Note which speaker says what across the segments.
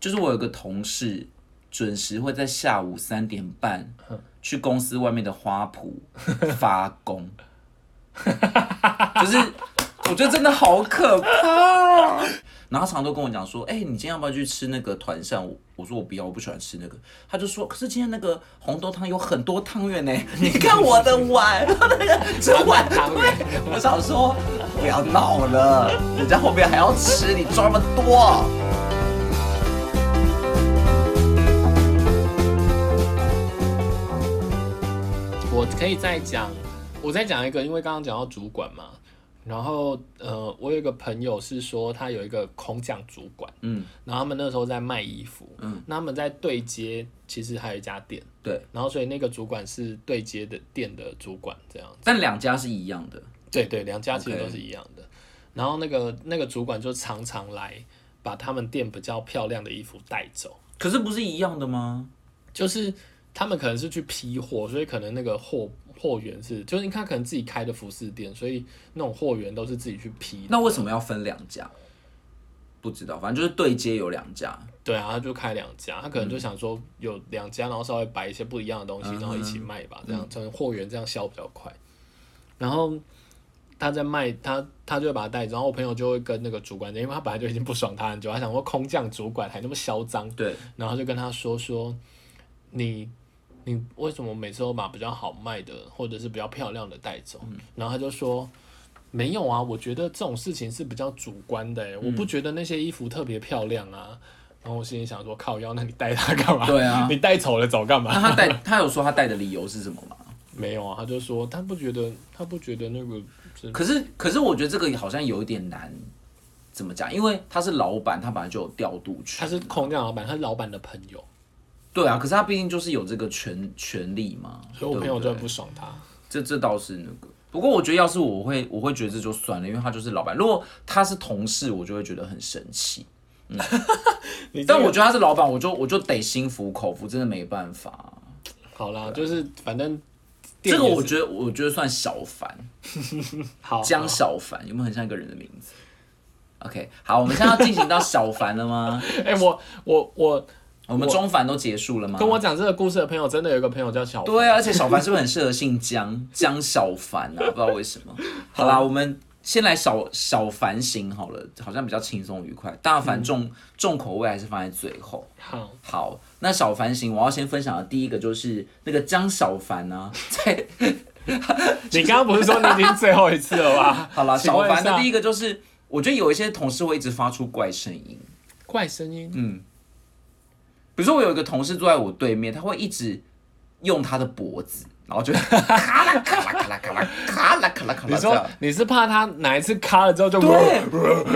Speaker 1: 就是我有个同事，准时会在下午三点半去公司外面的花圃 发功，就是我觉得真的好可怕。啊然后他常常都跟我讲说，哎、你今天要不要去吃那个团扇？我我说我不要，我不喜欢吃那个。他就说，可是今天那个红豆汤有很多汤圆呢， 你看我的碗， 我那个这碗汤圆。我想说，不要闹了，人家后面还要吃，你装那么多。
Speaker 2: 我可以再讲，我再讲一个，因为刚刚讲到主管嘛，然后呃，我有一个朋友是说他有一个空降主管，
Speaker 1: 嗯，
Speaker 2: 然后他们那时候在卖衣服，
Speaker 1: 嗯，
Speaker 2: 那他们在对接，其实还有一家店，
Speaker 1: 对。
Speaker 2: 然后所以那个主管是对接的店的主管这样，
Speaker 1: 但两家是一样的，
Speaker 2: 对对，两家其实
Speaker 1: OK
Speaker 2: 都是一样的。然后那个那个主管就常常来把他们店比较漂亮的衣服带走，
Speaker 1: 可是不是一样的吗？
Speaker 2: 就是他们可能是去批货，所以可能那个货货源是，就是他可能自己开的服饰店，所以那种货源都是自己去批的。
Speaker 1: 那为什么要分两家？不知道，反正就是对接有两家。
Speaker 2: 对啊，他就开两家，他可能就想说有两家，然后稍微摆一些不一样的东西，
Speaker 1: 嗯
Speaker 2: 然后一起卖吧，这样可能货源这样销比较快。然后他在卖，他他就会把他带走，然后我朋友就会跟那个主管，因为他本来就已经不爽他很久，他想说空降主管还那么嚣张，
Speaker 1: 对，
Speaker 2: 然后就跟他说说，你你为什么每次都把比较好卖的或者是比较漂亮的带走？
Speaker 1: 嗯
Speaker 2: 然后他就说。没有啊，我觉得这种事情是比较主观的、欸，
Speaker 1: 嗯
Speaker 2: 我不觉得那些衣服特别漂亮啊。然后我心里想说，靠腰，那你带它干嘛？
Speaker 1: 对啊
Speaker 2: 你带走了走干
Speaker 1: 那
Speaker 2: 嘛？
Speaker 1: 他带 他有说他带的理由是什么吗？
Speaker 2: 没有啊，他就说他不觉得，他不觉得那个是
Speaker 1: 可是可是我觉得这个好像有一点难，怎么讲？因为他是老板，他本来就有调度
Speaker 2: 他
Speaker 1: 权。
Speaker 2: 是空降老板，他是老板的朋友，
Speaker 1: 对啊，可是他毕竟就是有这个权权利嘛。
Speaker 2: 所以我朋友就
Speaker 1: 对
Speaker 2: 很
Speaker 1: 不对
Speaker 2: 不爽他。
Speaker 1: 这这倒是那个。不过我觉得要是我会我会觉得这就算了，因为他就是老板。如果他是同事，我就会觉得很生气。
Speaker 2: 你这
Speaker 1: 但
Speaker 2: 个
Speaker 1: 我觉得他是老板，我就我就得心服口服，真的没办法、
Speaker 2: 好啦，就是反正
Speaker 1: 这个
Speaker 2: 店也
Speaker 1: 我
Speaker 2: 是哦
Speaker 1: 觉得，我觉得算小凡，
Speaker 2: 好
Speaker 1: 江
Speaker 2: 好
Speaker 1: 小凡，有没有很像一个人的名字？OK，好，我们现在要进行到小凡了吗？
Speaker 2: 哎、我我我
Speaker 1: 我们中凡都结束了吗？
Speaker 2: 跟我讲这个故事的朋友，真的有一个朋友叫小，
Speaker 1: 对啊，而且小凡是不是很适合姓江？江小凡啊，不知道为什 么。好啦，我们先来小小凡型好了，好像比较轻松愉快。大
Speaker 2: 嗯
Speaker 1: 凡重、重口味还是放在最后。
Speaker 2: 好，
Speaker 1: 好，那小凡型，我要先分享的第一个就是那个江小凡啊，在
Speaker 2: 你刚刚不是说你已经最后一次了吧
Speaker 1: ？好啦，
Speaker 2: 请
Speaker 1: 小
Speaker 2: 问一
Speaker 1: 凡的
Speaker 2: 下
Speaker 1: 第一个就是，我觉得有一些同事会一直发出怪声音，
Speaker 2: 怪声音，
Speaker 1: 嗯比如说我有一个同事坐在我对面，他会一直用他的脖子，然后就 咔啦咔啦咔啦咔啦咔啦咔啦咔啦
Speaker 2: 你
Speaker 1: 这样
Speaker 2: 说。你是怕他哪一次卡了之后就
Speaker 1: 对，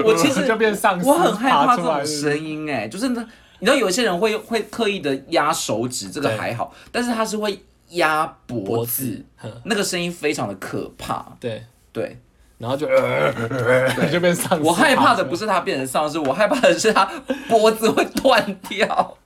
Speaker 1: 我其实
Speaker 2: 就变丧尸
Speaker 1: 我很害怕
Speaker 2: 爬
Speaker 1: 这
Speaker 2: 出来
Speaker 1: 种声音哎、就是那你知道有一些人会会刻意的压手指，这个
Speaker 2: 对
Speaker 1: 还好，但是他是会压脖
Speaker 2: 脖
Speaker 1: 子
Speaker 2: 子，
Speaker 1: 那个声音非常的可怕。
Speaker 2: 嗯对，
Speaker 1: 对，
Speaker 2: 然后就 呃就变丧尸，
Speaker 1: 我害怕的不。是他变成丧尸，我害怕的是他脖子会断 掉。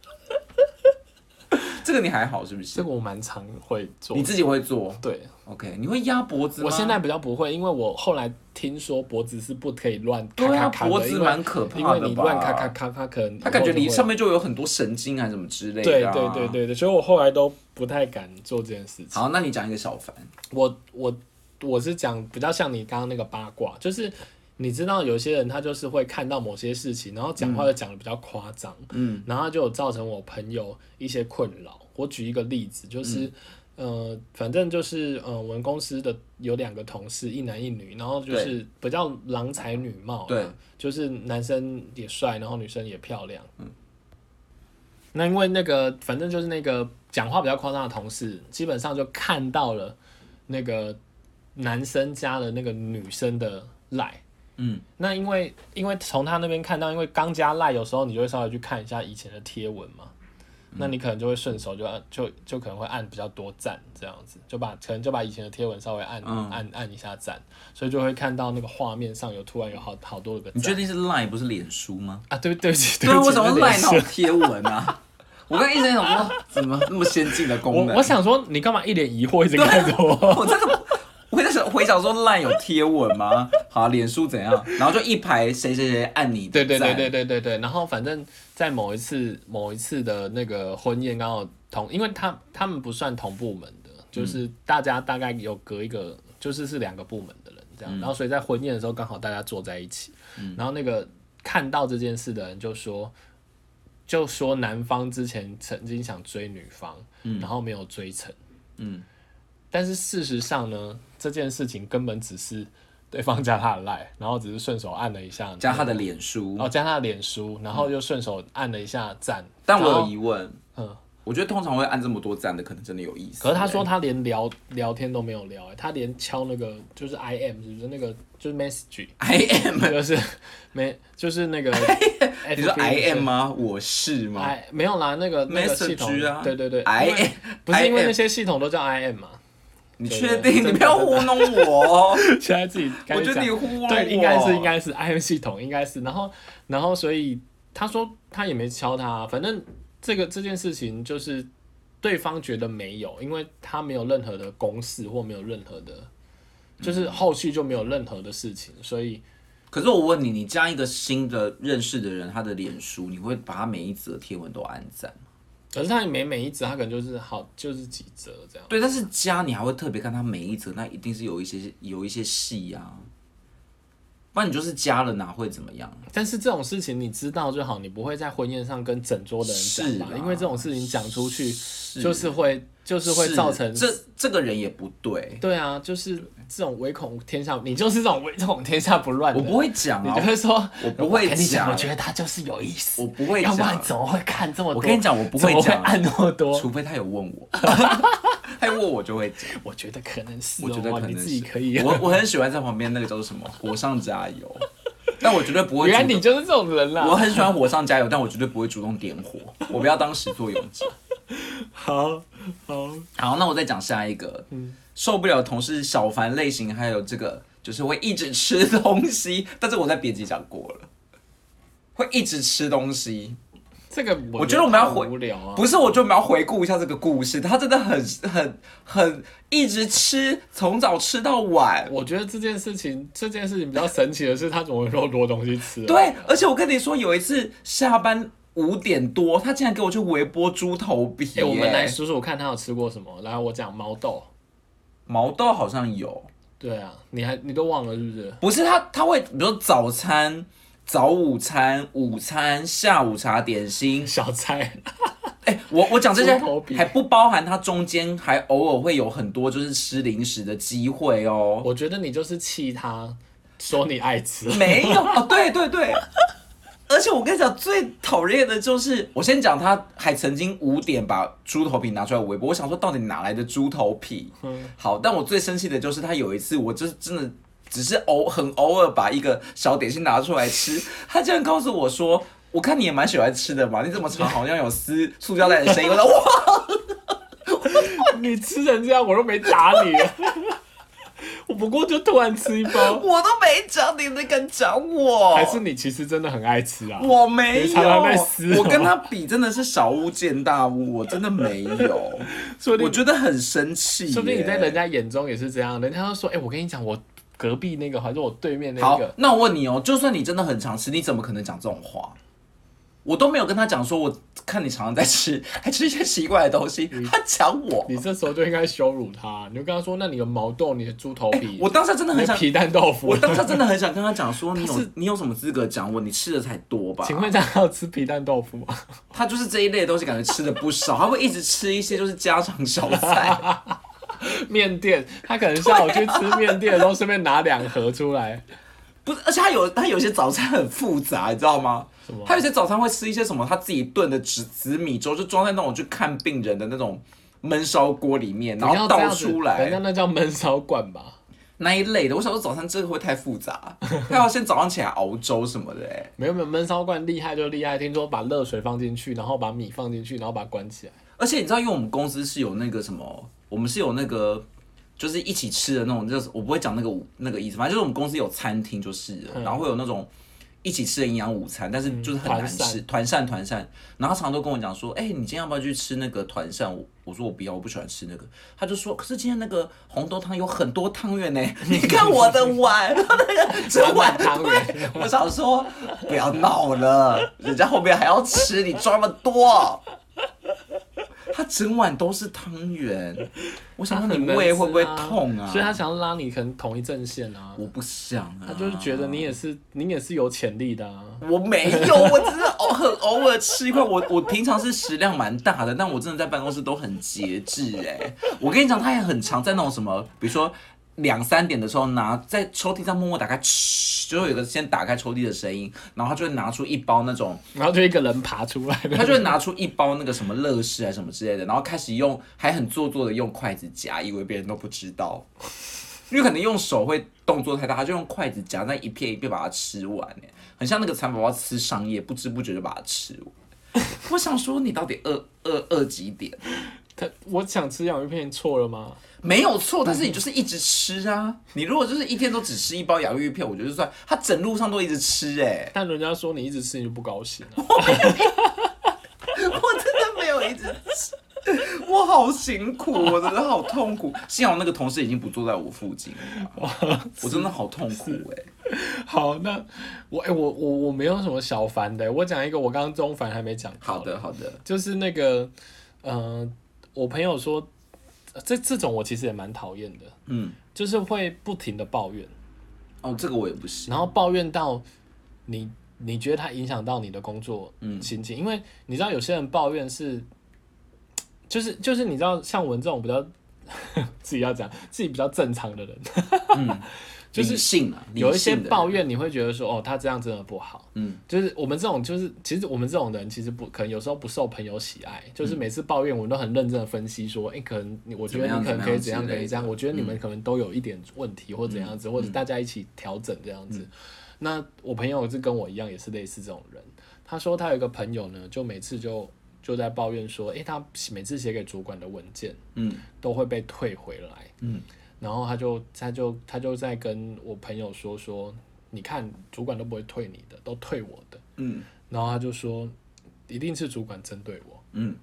Speaker 1: 这个你还好是不
Speaker 2: 这
Speaker 1: 是？
Speaker 2: 个我蛮常会做
Speaker 1: 你，自己会做
Speaker 2: 对
Speaker 1: ？OK，你会压脖子吗？
Speaker 2: 我现在比较不会，因为我后来听说脖子是不可以乱咔
Speaker 1: 对
Speaker 2: 咔
Speaker 1: 啊，
Speaker 2: 咔
Speaker 1: 脖
Speaker 2: 的，
Speaker 1: 子
Speaker 2: 因为
Speaker 1: 蛮可怕的
Speaker 2: 因
Speaker 1: 吧？
Speaker 2: 为你乱咔咔，咔，它可能
Speaker 1: 他感觉
Speaker 2: 以
Speaker 1: 你
Speaker 2: 后就会
Speaker 1: 上面就有很多神经还是什么之类
Speaker 2: 对
Speaker 1: 的、啊。
Speaker 2: 对对。对对，所以我后来都不太敢做这件事情。
Speaker 1: 好，那你讲一个小凡，
Speaker 2: 我我我是讲比较像你刚刚那个八卦，就是你知道有些人他就是会看到某些事情，然后讲话就讲的比较夸张，
Speaker 1: 嗯，
Speaker 2: 然后就有造成我朋友一些困扰。我举一个例子，就是。
Speaker 1: 嗯
Speaker 2: 呃，反正就是呃，我们公司的有两个同事，一男一女，然后就是比较郎才女貌，
Speaker 1: 对，
Speaker 2: 就是男生也帅，然后女生也漂亮，嗯。那因为那个，反正就是那个讲话比较夸张的同事，基本上就看到了那个男生加了那个女生的赖。
Speaker 1: 嗯，
Speaker 2: 那因为因为从他那边看到，因为刚加赖，有时候你就会稍微去看一下以前的贴文嘛，
Speaker 1: 嗯
Speaker 2: 那你可能就会顺手就按就就可能会按比较多赞这样子，就把可能就把以前的贴文稍微按、
Speaker 1: 嗯
Speaker 2: 按按一下赞，所以就会看到那个画面上有突然有好好多个
Speaker 1: 你确
Speaker 2: 赞
Speaker 1: 定是 Line 不是脸书吗？
Speaker 2: 啊，对对不起，
Speaker 1: 对啊，
Speaker 2: 不起
Speaker 1: 为什么
Speaker 2: 有点
Speaker 1: Line 那种贴文啊？我刚一直在想说，怎么那么先进的功
Speaker 2: 我
Speaker 1: 能？啊
Speaker 2: 我想说，你干嘛一脸疑惑一直看着我？
Speaker 1: 我真的我在想回想说烂有贴文吗？ 好，脸书怎样？然后就一排谁谁谁按你
Speaker 2: 对对对
Speaker 1: 赞
Speaker 2: 对对对对，然后反正在某一次某一次的那个婚宴刚好同，因为他他们不算同部门的，就是
Speaker 1: 嗯
Speaker 2: 大家大概有隔一个，就是是两个部门的人这样，
Speaker 1: 嗯
Speaker 2: 然后所以在婚宴的时候刚好大家坐在一起，然后那个看到这件事的人就说。就说男方之前曾经想追女方，然后没有追成，
Speaker 1: 嗯，
Speaker 2: 但是事实上呢，这件事情根本只是对方加他的赖，然后只是顺手按了一下，
Speaker 1: 加他的脸书
Speaker 2: 然。后加他的脸书，然后又顺手按了一下赞。
Speaker 1: 嗯但我
Speaker 2: 然
Speaker 1: 有
Speaker 2: 后
Speaker 1: 疑问，
Speaker 2: 嗯，
Speaker 1: 我觉得通常会按这么多赞的，可能真的有意思。
Speaker 2: 可是他说他连聊聊天都没有聊、欸，他连敲那个就是 I M 是不是那个就是 message，
Speaker 1: I am，
Speaker 2: 就是没就是那个
Speaker 1: 你说
Speaker 2: FB
Speaker 1: I am 吗？我是吗？
Speaker 2: 哎，没有啦，那个那个系统
Speaker 1: Message 啊
Speaker 2: 对对对
Speaker 1: I
Speaker 2: 因为
Speaker 1: am
Speaker 2: 不是因
Speaker 1: I
Speaker 2: 为
Speaker 1: am
Speaker 2: 那些系统都叫 I M 嘛？
Speaker 1: 你
Speaker 2: 对
Speaker 1: 确
Speaker 2: 对
Speaker 1: 定？
Speaker 2: 对
Speaker 1: 你不要糊弄 我哦。
Speaker 2: 现在自己该
Speaker 1: 我觉得
Speaker 2: 讲
Speaker 1: 你糊弄我。
Speaker 2: 对，应该是应该是 IM 系统，应该是。然后然后所以他说他也没敲他啊、反正这个这件事情就是对方觉得没有，因为他没有任何的公式或没有任何的，就是后续就没有任何的事情，所以
Speaker 1: 可是我问你，你加一个新的认识的人，他的脸书，你会把他每一则贴文都按赞吗？
Speaker 2: 可是他每每一折他可能就是好就是几折这样。
Speaker 1: 对，但是加你还会特别看他每一则，那一定是有一些有一些戏啊。不然你就是加了，哪会怎么样？
Speaker 2: 但是这种事情你知道就好，你不会在婚宴上跟整桌的人讲吧
Speaker 1: 是？啊
Speaker 2: 因为这种事情讲出去就是会就是
Speaker 1: 是
Speaker 2: 会造成
Speaker 1: 这这个人也不对，
Speaker 2: 对啊，就是这种唯恐天下，你就是这种唯恐天下不乱的
Speaker 1: 我
Speaker 2: 人。
Speaker 1: 不会讲
Speaker 2: 你
Speaker 1: 啊
Speaker 2: 就，会说，
Speaker 1: 我不会
Speaker 2: 跟你讲，
Speaker 1: 讲
Speaker 2: 我觉得他就是有意思，
Speaker 1: 我不会
Speaker 2: 要不
Speaker 1: 讲
Speaker 2: 然怎么会看这么
Speaker 1: 我
Speaker 2: 多？
Speaker 1: 跟你讲我不
Speaker 2: 怎
Speaker 1: 会
Speaker 2: 么会
Speaker 1: 讲
Speaker 2: 按那么多。
Speaker 1: 除非他有问我，他有问我就会讲。
Speaker 2: 我觉得可能是、哦，
Speaker 1: 我觉得可能
Speaker 2: 你
Speaker 1: 是
Speaker 2: 自己可以。啊
Speaker 1: 我我很喜欢在旁边那个叫做什么“火上加油”，但我绝对不会主
Speaker 2: 原来
Speaker 1: 动。
Speaker 2: 你就是这种人
Speaker 1: 我
Speaker 2: 啦。
Speaker 1: 很喜欢火上加油，但我绝对不会主动点火，我不要当始作俑者。
Speaker 2: 好好，
Speaker 1: 好，那我再讲下一个，
Speaker 2: 嗯
Speaker 1: 受不了同事小凡类型，还有这个就是会一直吃东西， 但是我在别集讲过了，会一直吃东西。
Speaker 2: 这个
Speaker 1: 我
Speaker 2: 我
Speaker 1: 觉得我们要回
Speaker 2: 好无聊啊。
Speaker 1: 不是，我就我们要回顾一下这个故事，他真的很很很一直吃，从早吃到晚。
Speaker 2: 我觉得这件事情，这件事情比较神奇的是，他怎么会那么多东西吃、啊？
Speaker 1: 对，而且我跟你说，有一次下班五点多，他竟然给我去微波猪头皮耶、
Speaker 2: 哎、我们来数数看他有吃过什么。来，我讲毛豆。
Speaker 1: 毛豆好像有，
Speaker 2: 对啊，你还你都忘了是不是？
Speaker 1: 不是他他会，比如说早餐、早午餐、午餐、下午茶、点心。
Speaker 2: 小菜。
Speaker 1: 哎、我我讲这些
Speaker 2: 猪头皮
Speaker 1: 还不包含他中间还偶尔会有很多就是吃零食的机会哦。
Speaker 2: 我觉得你就是气他，说你爱吃。
Speaker 1: 没有 哦，对对对。而且我跟你讲，最讨厌的就是，我先讲他还曾经五点把猪头皮拿出来微波，我想说到底哪来的猪头皮？好，但我最生气的就是他有一次，我就是真的只是偶很偶尔把一个小点心拿出来吃， 他竟然告诉我说。我看你也蛮喜欢吃的嘛，你怎么尝好像有撕塑胶袋的声音？我说哇，
Speaker 2: 你吃成这样，我都没打你。 我不过就突然吃一包，
Speaker 1: 我都没讲，你能敢讲我？
Speaker 2: 还是你其实真的很爱吃啊？
Speaker 1: 我没
Speaker 2: 你
Speaker 1: 有
Speaker 2: 常常被撕哦，
Speaker 1: 我跟他比真的是小巫见大巫，我真的没有，
Speaker 2: 说不
Speaker 1: 我
Speaker 2: 定，
Speaker 1: 觉得很生气耶。
Speaker 2: 说不定你在人家眼中也是这样，人家都说，哎、我跟你讲，我隔壁那个还是我对面那
Speaker 1: 好
Speaker 2: 个，，
Speaker 1: 那我问你哦，就算你真的很常吃，你怎么可能讲这种话？我都没有跟他讲说，我看你常常在吃， 还吃一些奇怪的东西，他讲我，
Speaker 2: 你这时候就应该羞辱他，你就跟他说，那你的毛豆，你的猪头皮，
Speaker 1: 我当下真的很
Speaker 2: 你的
Speaker 1: 想，
Speaker 2: 皮蛋豆腐
Speaker 1: 我，当下真的很想跟他讲说，你有
Speaker 2: 是
Speaker 1: 你有什么资格讲我？你吃的才多吧？
Speaker 2: 请问他要吃皮蛋豆腐吗？
Speaker 1: 他就是这一类的东西，感觉吃的不少，他会一直吃一些就是家常小菜。
Speaker 2: 面店，他可能下午去吃面店的时候，顺便拿两盒出来。
Speaker 1: 不是，而且他有他有些早餐很复杂，你知道吗
Speaker 2: 什么？
Speaker 1: 他有些早餐会吃一些什么他自己炖的紫紫米粥，就装在那种去看病人的那种焖烧锅里面，然
Speaker 2: 不要
Speaker 1: 后
Speaker 2: 这
Speaker 1: 倒
Speaker 2: 样子
Speaker 1: 出
Speaker 2: 人家
Speaker 1: 来
Speaker 2: 那叫焖烧罐吧？
Speaker 1: 那一类的。我想说早餐这个会太复 杂，他要先早上起来熬粥什么的、欸。
Speaker 2: 没有没有，焖烧罐厉害就厉害，听说把热水放进去，然后把米放进去，然后把它关起来。
Speaker 1: 而且你知道，因为我们公司是有那个什么，我们是有那个。就是一起吃的那种，就是我不会讲那个那个意思，反正就是我们公司有餐厅就是了，然后会有那种一起吃的营养午餐，但是就是很难吃，团扇团扇。然后他常常都跟我讲说，哎、你今天要不要去吃那个团扇？我我说我不要，我不喜欢吃那个。他就说，可是今天那个红豆汤有很多汤圆呢，你看我的碗， 我的这碗
Speaker 2: 汤圆
Speaker 1: 对我想说，不要闹了，人家后面还要吃，你装那么多。他整碗都是汤圆，我想说
Speaker 2: 很
Speaker 1: 你
Speaker 2: 能
Speaker 1: 胃会不会
Speaker 2: 吃
Speaker 1: 痛啊？
Speaker 2: 所以他想要拉你可能同一阵线啊。
Speaker 1: 我不想啊，
Speaker 2: 他就是觉得你也是，你也是有潜力的啊。
Speaker 1: 我没有，我只是 偶很偶尔吃一块。我我平常是食量蛮大的，但我真的在办公室都很节制哎、我跟你讲，他也很常在那种什么，比如说两三点的时候拿在抽屉上默默打开，嘘，就会有个先打开抽屉的声音，然后他就会拿出一包那种，
Speaker 2: 然后就一个人爬出来 的，
Speaker 1: 他就会拿出一包那个什么乐事啊还是什么之类的，然后开始用还很做作的用筷子夹，以为别人都不知道。 因为可能用手会动作太大，他就用筷子夹那一片一片把它吃完，哎，很像那个蚕宝宝吃桑叶，不知不觉就把它吃完。 我想说，你到底饿饿饿几点？
Speaker 2: 他我想吃洋芋片错了吗？
Speaker 1: 没有错，但是你就是一直吃啊！你如果就是一天都只吃一包洋芋片，我觉得就算他整路上都一直吃、哎，
Speaker 2: 但人家说你一直吃你就不高兴啊了、
Speaker 1: 我真的没有一直吃， 我好辛苦，我真的好痛苦。幸好那个同事已经不坐在我附近了，我真的好痛苦哎、
Speaker 2: 好，那我哎、我我我没有什么小烦的、欸我讲一个我刚刚中烦还没讲到
Speaker 1: 好，的，好的，
Speaker 2: 就是那个，呃，我朋友说，呃这这种我其实也蛮讨厌的，
Speaker 1: 嗯，
Speaker 2: 就是会不停的抱怨，
Speaker 1: 哦，这个我也不是，
Speaker 2: 然后抱怨到你你觉得它影响到你的工作心情，因为你知道有些人抱怨是，就是就是你知道像我们这种比较 自己要讲自己比较正常的人，就是
Speaker 1: 理性啊，
Speaker 2: 有一些
Speaker 1: 理性的人
Speaker 2: 抱怨，你会觉得说，哦，他这样真的不好。
Speaker 1: 嗯，
Speaker 2: 就是我们这种，就是其实我们这种人，其实不可能有时候不受朋友喜爱。就是每次抱怨，我们都很认真的分析说，哎、可能你，我觉得
Speaker 1: 怎么样
Speaker 2: 你可能可以怎
Speaker 1: 怎么
Speaker 2: 样，
Speaker 1: 样啊嗯
Speaker 2: 可以
Speaker 1: 之类的
Speaker 2: 这样。我觉得你们可能都有一点问题，或怎样子，或者大家一起调整这样
Speaker 1: 嗯
Speaker 2: 子。那我朋友是跟我一样，也是类似这种人。他说他有一个朋友呢，就每次就就在抱怨说，哎、他每次写给主管的文件，
Speaker 1: 嗯，
Speaker 2: 都会被退回来。
Speaker 1: 嗯，
Speaker 2: 然后他就他就他就在跟我朋友说说，你看主管都不会退你的，都退我的。
Speaker 1: 嗯
Speaker 2: 然后他就说，一定是主管针对我。
Speaker 1: 嗯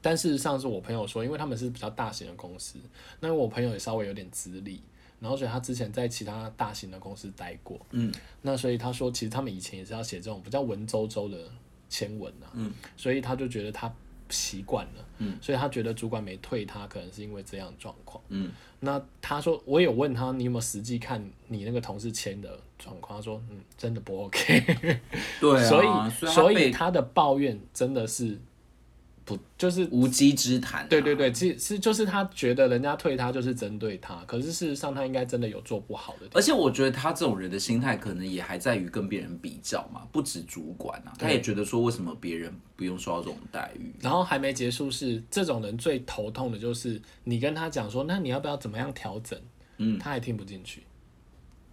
Speaker 2: 但事实上是我朋友说，因为他们是比较大型的公司，那因为我朋友也稍微有点资历，然后所以他之前在其他大型的公司待过，
Speaker 1: 嗯，
Speaker 2: 那所以他说其实他们以前也是要写这种比较文绉绉的签文啊，嗯，所以他就觉得他习惯了，嗯，所以他觉得主管没退他，可能是因为这样的状况，
Speaker 1: 嗯，
Speaker 2: 那他说我有问他你有没有实际看你那个同事签的状况，他说嗯真的不 OK，
Speaker 1: 对啊， 所
Speaker 2: 所以
Speaker 1: 以
Speaker 2: 所
Speaker 1: 他
Speaker 2: 以
Speaker 1: 被
Speaker 2: 他的抱怨真的是不就是
Speaker 1: 无稽之谈、啊，
Speaker 2: 对对对，其实就是他觉得人家退他就是针对他，可是事实上他应该真的有做不好的地方。
Speaker 1: 而且我觉得他这种人的心态，可能也还在于跟别人比较嘛，不止主管啊，他也觉得说为什么别人不用受到这种待遇？
Speaker 2: 然后还没结束是，这种人最头痛的就是你跟他讲说，那你要不要怎么样调整？
Speaker 1: 嗯，
Speaker 2: 他还听不进去。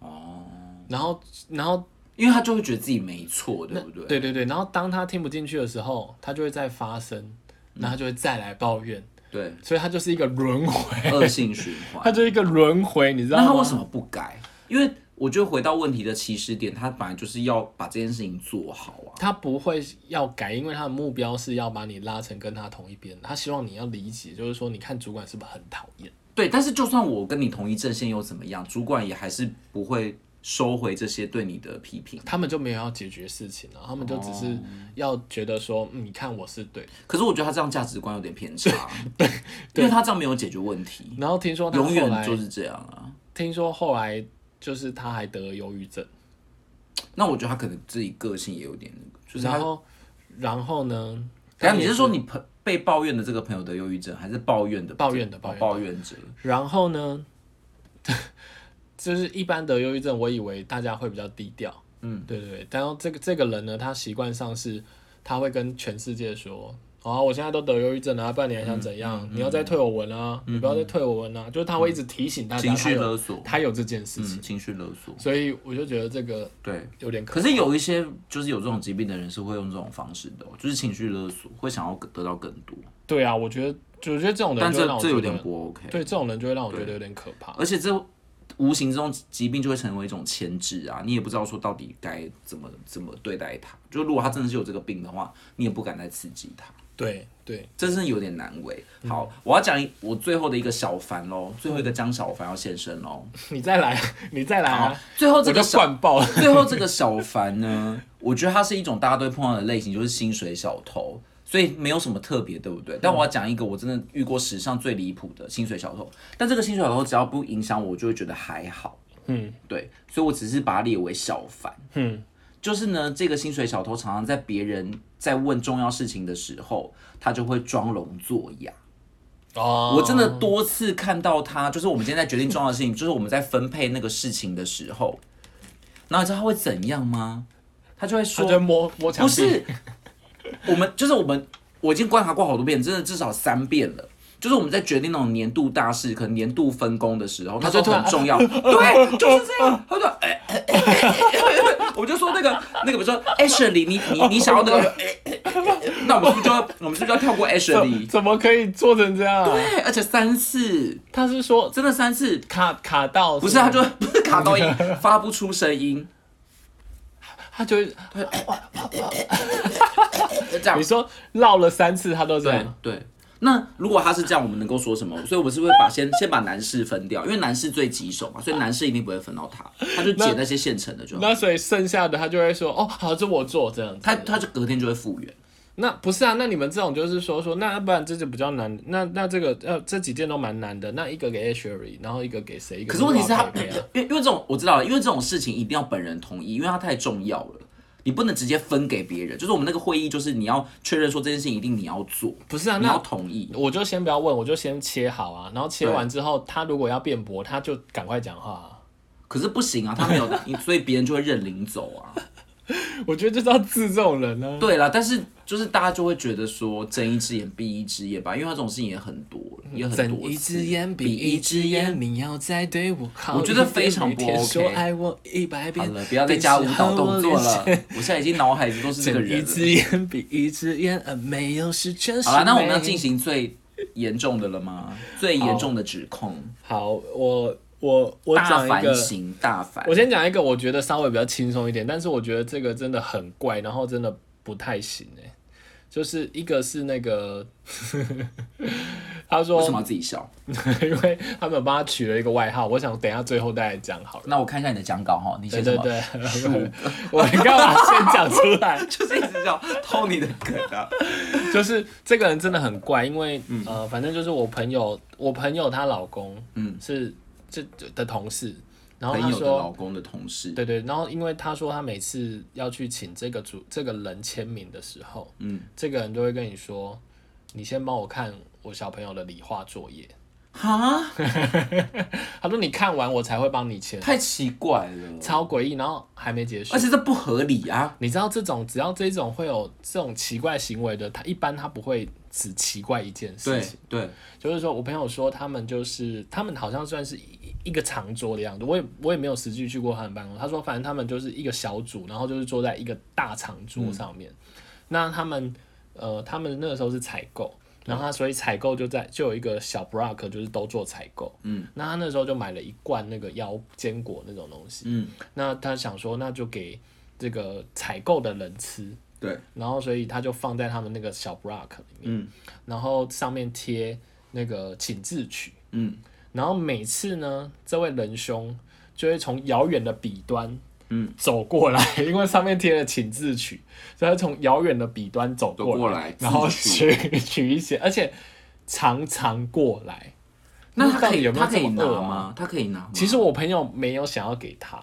Speaker 1: 哦，
Speaker 2: 然后，然后
Speaker 1: 因为他就会觉得自己没错，对不对？
Speaker 2: 对对对，然后当他听不进去的时候，他就会再发声，
Speaker 1: 嗯
Speaker 2: 然后他就会再来抱怨，
Speaker 1: 对，
Speaker 2: 所以他就是一个轮回，
Speaker 1: 恶性循
Speaker 2: 他
Speaker 1: 环。
Speaker 2: 就是一个轮回，你知道
Speaker 1: 那
Speaker 2: 吗？
Speaker 1: 他为什么不改？因为我觉得回到问题的起始点，他本来就是要把这件事情做好啊。
Speaker 2: 他不会要改，因为他的目标是要把你拉成跟他同一边。他希望你要理解，就是说，你看主管是不是很讨厌？
Speaker 1: 对，但是就算我跟你同一阵线又怎么样？主管也还是不会收回这些对你的批评。
Speaker 2: 他们就没有要解决事情了，他们就只是要觉得说，嗯，你看我是对的。
Speaker 1: 可是我觉得他这样价值观有点偏差， 对，因为他这样没有解决问题，
Speaker 2: 然后听说他
Speaker 1: 永
Speaker 2: 后
Speaker 1: 远
Speaker 2: 来，
Speaker 1: 就是这样啊。
Speaker 2: 听说后来就是他还得了忧郁症，
Speaker 1: 那我觉得他可能自己个性也有点那个，就是他
Speaker 2: 然。后，然后呢？
Speaker 1: 等一下
Speaker 2: 他
Speaker 1: 你
Speaker 2: 也
Speaker 1: 是说你朋被抱怨的这个朋友得忧郁症，还是抱怨的
Speaker 2: 抱怨的
Speaker 1: 哦
Speaker 2: 抱怨的
Speaker 1: 抱怨者？
Speaker 2: 然后呢？ 就是一般得忧郁症，我以为大家会比较低调，嗯，对对对。然后这个这个人呢，他习惯上是他会跟全世界说。哦，我现在都得忧郁症了、啊，不然你还想怎
Speaker 1: 嗯
Speaker 2: 样？你要再退我文啊！你不要再退我文啊！就是他会一直提醒大家，
Speaker 1: 嗯情绪
Speaker 2: 他有
Speaker 1: 勒索
Speaker 2: 他有这件事情，
Speaker 1: 嗯，情绪勒索。
Speaker 2: 所以我就觉得这个
Speaker 1: 对，
Speaker 2: 有点可
Speaker 1: 可是有一些就是有这种疾病的人是会用这种方式的哦、就是情绪勒索，会想要得到更多，
Speaker 2: 对啊，我觉得，就我觉得这种人
Speaker 1: 但
Speaker 2: 就会
Speaker 1: 这
Speaker 2: 让我
Speaker 1: 这
Speaker 2: 觉
Speaker 1: 有
Speaker 2: 得
Speaker 1: 点，不 OK。
Speaker 2: 对这种人就会让我觉得有点可怕。
Speaker 1: 而且这无形中疾病就会成为一种牵制啊，你也不知道说到底该怎么怎么对待它。就如果他真的是有这个病的话，你也不敢再刺激他，
Speaker 2: 对对，
Speaker 1: 真是有点难为。
Speaker 2: 嗯
Speaker 1: 好，我要讲一我最后的一个小凡喽，最后一个江小凡要现身喽。
Speaker 2: 你再来，你再来
Speaker 1: 好
Speaker 2: 啊！，
Speaker 1: 最后这个
Speaker 2: 我就
Speaker 1: 小
Speaker 2: 灌爆了。
Speaker 1: 哦最后这个小凡呢，我觉得他是一种大家都会碰到的类型，就是薪水小偷，所以没有什么特别，对不对？但我要讲一个我真的遇过史上最离谱的薪水小偷，但这个薪水小偷只要不影响我，我就会觉得还好。
Speaker 2: 嗯
Speaker 1: 对，所以我只是把它列为小凡。
Speaker 2: 嗯，
Speaker 1: 就是呢，这个薪水小偷常常在别人在问重要事情的时候，他就会装聋作哑。
Speaker 2: 哦，
Speaker 1: 我真的多次看到他，就是我们今天在决定重要的事情，就是我们在分配那个事情的时候，然后你知道他会怎样吗？他就会
Speaker 2: 他
Speaker 1: 说
Speaker 2: 就摸摸墙
Speaker 1: 不
Speaker 2: 壁，
Speaker 1: 是，我们就是我们，我已经观察过好多遍，真的至少三遍了。就是我们在决定那种年度大事，可能年度分工的时候，他说
Speaker 2: 就突然
Speaker 1: 很重要， 对，就是这样。他说，哎、哎哎哎哎我就说那个那个，比如说 Ashley，你你你想要那个，哎哎哎哎那我们是不是就要我们是不是就要跳过 Ashley？
Speaker 2: 怎么可以做成这样？
Speaker 1: 对，而且三次，
Speaker 2: 他是说
Speaker 1: 真的三次，
Speaker 2: 卡卡到，
Speaker 1: 不是他就不是 卡到音，发不出声 音，
Speaker 2: 他就会
Speaker 1: 就这样
Speaker 2: 你。说绕了三次，他都这
Speaker 1: 对
Speaker 2: 样。
Speaker 1: 对。那如果他是这样，我们能够说什么？所以我们是不是把先先把男士分掉？因为男士最棘手嘛，所以男士一定不会分到他，他就捡那些现成的就好。
Speaker 2: 那所以剩下的他就会说哦，好，这我做这样子。
Speaker 1: 他他就隔天就会复原。
Speaker 2: 那不是啊，那你们这种就是说说，那要不然这就比较难，那那这个呃这几件都蛮难的，那一个给 Ashley，然后一个给谁？一个
Speaker 1: 可是问题是他哎
Speaker 2: 给佩佩啊，
Speaker 1: 因为因为这种我知道了，因为这种事情一定要本人同意，因为他太重要了，你不能直接分给别人。就是我们那个会议，就是你要确认说这件事情一定你要做，
Speaker 2: 不是啊，
Speaker 1: 你要
Speaker 2: 那
Speaker 1: 同意。
Speaker 2: 我就先不要问，我就先切好啊，然后切完之后，他如果要辩驳，他就赶快讲话、啊。
Speaker 1: 可是不行啊，他没有，所以别人就会认领走啊。
Speaker 2: 我觉得就是要治这种人啊呢、
Speaker 1: 对啦，但是就是大家就会觉得说睁一只眼闭一只眼吧，因为他这种事情也很多，也很多次。
Speaker 2: 嗯睁一只眼闭
Speaker 1: 闭
Speaker 2: 一
Speaker 1: 一
Speaker 2: 只
Speaker 1: 只
Speaker 2: 眼，
Speaker 1: 眼
Speaker 2: 你要再对我好
Speaker 1: 我
Speaker 2: 一点。
Speaker 1: 觉得非常
Speaker 2: 每
Speaker 1: 不
Speaker 2: 天
Speaker 1: OK
Speaker 2: 说爱我一百
Speaker 1: 好
Speaker 2: 遍。
Speaker 1: 了，不要再加舞蹈动作
Speaker 2: 别是
Speaker 1: 了
Speaker 2: 和我连线。
Speaker 1: 我现在已经脑海里都是这个
Speaker 2: 睁一
Speaker 1: 人了。
Speaker 2: 只眼闭一只眼，呃，没有事全是
Speaker 1: 好了，那我们
Speaker 2: 美
Speaker 1: 要进行最严重的了吗？最严重的指控，
Speaker 2: 好，我我我
Speaker 1: 大
Speaker 2: 讲一个
Speaker 1: 反，型大反
Speaker 2: 我。先讲一个，我觉得稍微比较轻松一点，但是我觉得这个真的很怪，然后真的不太行哎、就是一个是那个， 他
Speaker 1: 为什
Speaker 2: 说，
Speaker 1: 么要自己笑？
Speaker 2: 因为他们帮他取了一个外号，我想等一下最后再来讲好了。
Speaker 1: 那我看一下你的讲稿哈，你
Speaker 2: 对
Speaker 1: 写什
Speaker 2: 对
Speaker 1: 么？
Speaker 2: 对， 我干嘛先讲出来？
Speaker 1: 就是一直笑，偷你的梗啊！
Speaker 2: 就是这个人真的很怪，因为、呃，反正就是我朋友，我朋友她老公，
Speaker 1: 嗯
Speaker 2: 是这的同事，然后
Speaker 1: 朋
Speaker 2: 他
Speaker 1: 友的
Speaker 2: 说，
Speaker 1: 老公的同事，
Speaker 2: 对对，然后因为他说他每次要去请这个主这个人签名的时候，
Speaker 1: 嗯，
Speaker 2: 这个人就会跟你说，你先帮我看我小朋友的理化作业，
Speaker 1: 哈，
Speaker 2: 他说你看完我才会帮你签，
Speaker 1: 太奇怪 了，
Speaker 2: 超诡异，然后还没结束
Speaker 1: 而。且这不合理啊！
Speaker 2: 你知道这种只要这种会有这种奇怪行为的，他一般他不会只奇怪一件事
Speaker 1: 对
Speaker 2: 情，
Speaker 1: 对，
Speaker 2: 就是说我朋友说他们就是他们好像算是一一个长桌的样子，我也我也没有实际去过他们办公室。他说反正他们就是一个小组，然后就是坐在一个大长
Speaker 1: 嗯
Speaker 2: 桌上面。那他们呃，他们那个时候是采购，然后他所以采购就在就有一个小 block 就是都做采购。
Speaker 1: 嗯，
Speaker 2: 那他那时候就买了一罐那个腰坚果那种东西，
Speaker 1: 嗯，
Speaker 2: 那他想说那就给这个采购的人吃。
Speaker 1: 对，
Speaker 2: 然后所以他就放在他们那个小 block 里面，
Speaker 1: 嗯
Speaker 2: 然后上面贴那个请自取，
Speaker 1: 嗯。
Speaker 2: 然后每次呢，这位仁兄就会从遥远的彼端，
Speaker 1: 嗯，
Speaker 2: 走过来， 因为上面贴了请自取，所以他从遥远的彼端走过
Speaker 1: 走过来
Speaker 2: 然后
Speaker 1: 自
Speaker 2: 取 取一些，而且常常过来。
Speaker 1: 那他
Speaker 2: 到
Speaker 1: 可
Speaker 2: 底
Speaker 1: 以
Speaker 2: 有没有
Speaker 1: 他可以
Speaker 2: 这么
Speaker 1: 拿
Speaker 2: 恶啊
Speaker 1: 吗？他可以拿吗？
Speaker 2: 其实我朋友没有想要给他，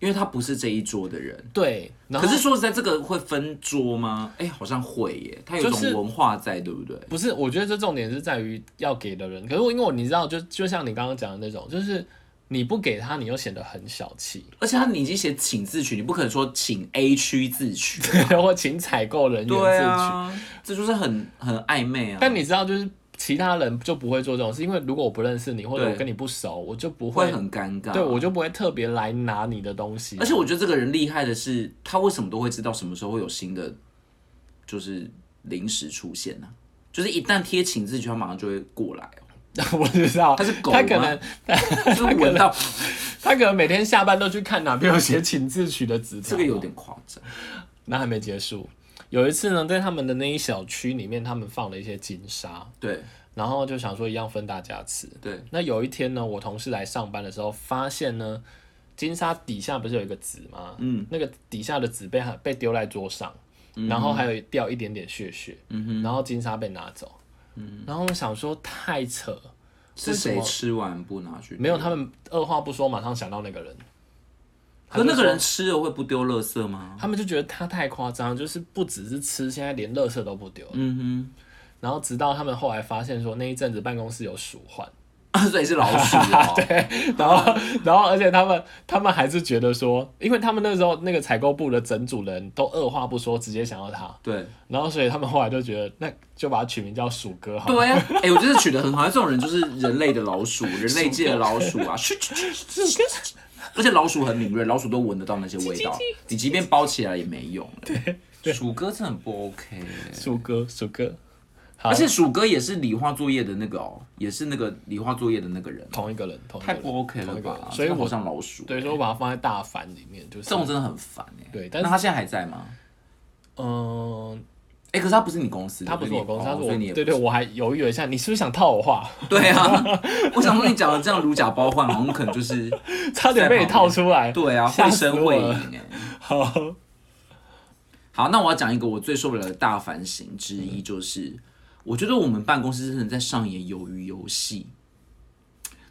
Speaker 1: 因为他不是这一桌的人。
Speaker 2: 对，然
Speaker 1: 可
Speaker 2: 后
Speaker 1: 是说实在，这个会分桌吗？哎、好像会耶，他有一
Speaker 2: 就是
Speaker 1: 种文化在，对不对？
Speaker 2: 不是，我觉得这重点是在于要给的人。可是我因为我你知道，就就像你刚刚讲的那种，就是你不给他，你又显得很小 气，
Speaker 1: 而且他已经写请自取，你不可能说请 A 区自 取。
Speaker 2: 或请采购人员自取。
Speaker 1: 对啊，这就是很很暧昧啊。
Speaker 2: 但你知道，就是其他人就不会做这种事，因为如果我不认识你，或者
Speaker 1: 对
Speaker 2: 我跟你不熟，我就不
Speaker 1: 会很尴尬。
Speaker 2: 对我就不会特别来拿你的东 西。
Speaker 1: 而且我觉得这个人厉害的是，他为什么都会知道什么时候会有新的，就是零食出现呢、就是一旦贴请自取，他马上就会过来、哦。
Speaker 2: 我知道
Speaker 1: 它是狗
Speaker 2: 他可
Speaker 1: 吗
Speaker 2: 能
Speaker 1: 就是闻到
Speaker 2: 他可能每天下班都去看哪边有写请自取的纸条。
Speaker 1: 这个有点夸张。
Speaker 2: 那还没结束。有一次呢，在他们的那一小区里面，他们放了一些金沙，
Speaker 1: 对
Speaker 2: 然后就想说一样分大家吃。
Speaker 1: 对，
Speaker 2: 那有一天呢，我同事来上班的时候，发现呢，金沙底下不是有一个纸吗？
Speaker 1: 嗯，
Speaker 2: 那个底下的纸被被丢在桌上，然后还有掉一点点血血，
Speaker 1: 嗯哼，
Speaker 2: 然后金沙被拿走。嗯，然后我想说太扯，
Speaker 1: 是
Speaker 2: 为什
Speaker 1: 谁
Speaker 2: 么
Speaker 1: 吃完不拿去？
Speaker 2: 没有，他们二话不说，马上想到那个人。
Speaker 1: 可那
Speaker 2: 他就
Speaker 1: 个
Speaker 2: 说
Speaker 1: 人吃了会不丢垃圾吗？
Speaker 2: 他们就觉得他太夸张，就是不只是吃，现在连垃圾都不丢。
Speaker 1: 嗯
Speaker 2: 然后直到他们后来发现说那一阵子办公室有鼠患，
Speaker 1: 哼，啊， 所以是老鼠 哦。
Speaker 2: 然后 然后而且他们他们还是觉得说，因为他们那时候那个采购部的整组人都二话不说直接想要他，
Speaker 1: 对
Speaker 2: 然后所以他们后来就觉得那就把它取名叫鼠哥好了。
Speaker 1: 对啊，哎、我觉得取得很好，这种人就是人类的老 鼠，人类界的老鼠啊，咻咻咻咻咻咻而且老鼠很敏锐，老鼠都闻得到那些味 道，你即便包起来也没用。对，鼠哥真的很不 OK，
Speaker 2: 鼠哥鼠哥，好
Speaker 1: 而且鼠哥也是理化作业的那个哦，也是那个理化作业的那个人，
Speaker 2: 同一个人，同一个
Speaker 1: 太
Speaker 2: 人，
Speaker 1: 不 OK 了
Speaker 2: 同一个
Speaker 1: 吧？
Speaker 2: 人所
Speaker 1: 真
Speaker 2: 以
Speaker 1: 的好
Speaker 2: 我
Speaker 1: 像老鼠，
Speaker 2: 对，所以我把它放在大凡里面，就是
Speaker 1: 这种真的很烦哎、
Speaker 2: 对，但
Speaker 1: 那
Speaker 2: 是
Speaker 1: 他现在还在吗？
Speaker 2: 嗯、
Speaker 1: 哎、可是他不是你公司的，
Speaker 2: 他不是我公司，
Speaker 1: 所以
Speaker 2: 他是
Speaker 1: 你哦
Speaker 2: 我，
Speaker 1: 所以你也
Speaker 2: 对对，我还犹豫了一下，你是不是想套我话？
Speaker 1: 对啊，我想说你讲的这样如假包换，好像可能就是
Speaker 2: 差点被你套出来。
Speaker 1: 对啊，
Speaker 2: 吓
Speaker 1: 会
Speaker 2: 死
Speaker 1: 声
Speaker 2: 我
Speaker 1: 会
Speaker 2: 了
Speaker 1: 影哎。
Speaker 2: 好，
Speaker 1: 好，那我要讲一个我最受不了的大反省之一，就是我觉得我们办公室真的在上演鱿鱼游戏。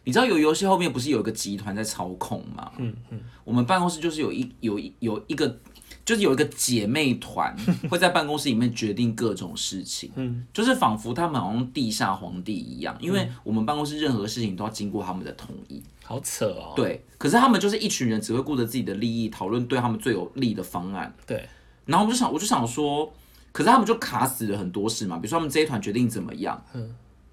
Speaker 1: 你知道鱿鱼游戏后面不是有一个集团在操控吗？嗯嗯，我们办公室就是有一有一有一个。就是有一个姐妹 团会在办公室里面决定各种事情，嗯，就是仿佛他们好像地下皇帝一样，因为我们办公室任何事情都要经过他们的同意，
Speaker 2: 好扯哦。
Speaker 1: 对。可是他们就是一群人，只会顾着自己的利益，讨论对他们最有利的方案，
Speaker 2: 对
Speaker 1: 然后我就想，我就想说，可是他们就卡死了很多事嘛，比如说他们这一团决定怎么样，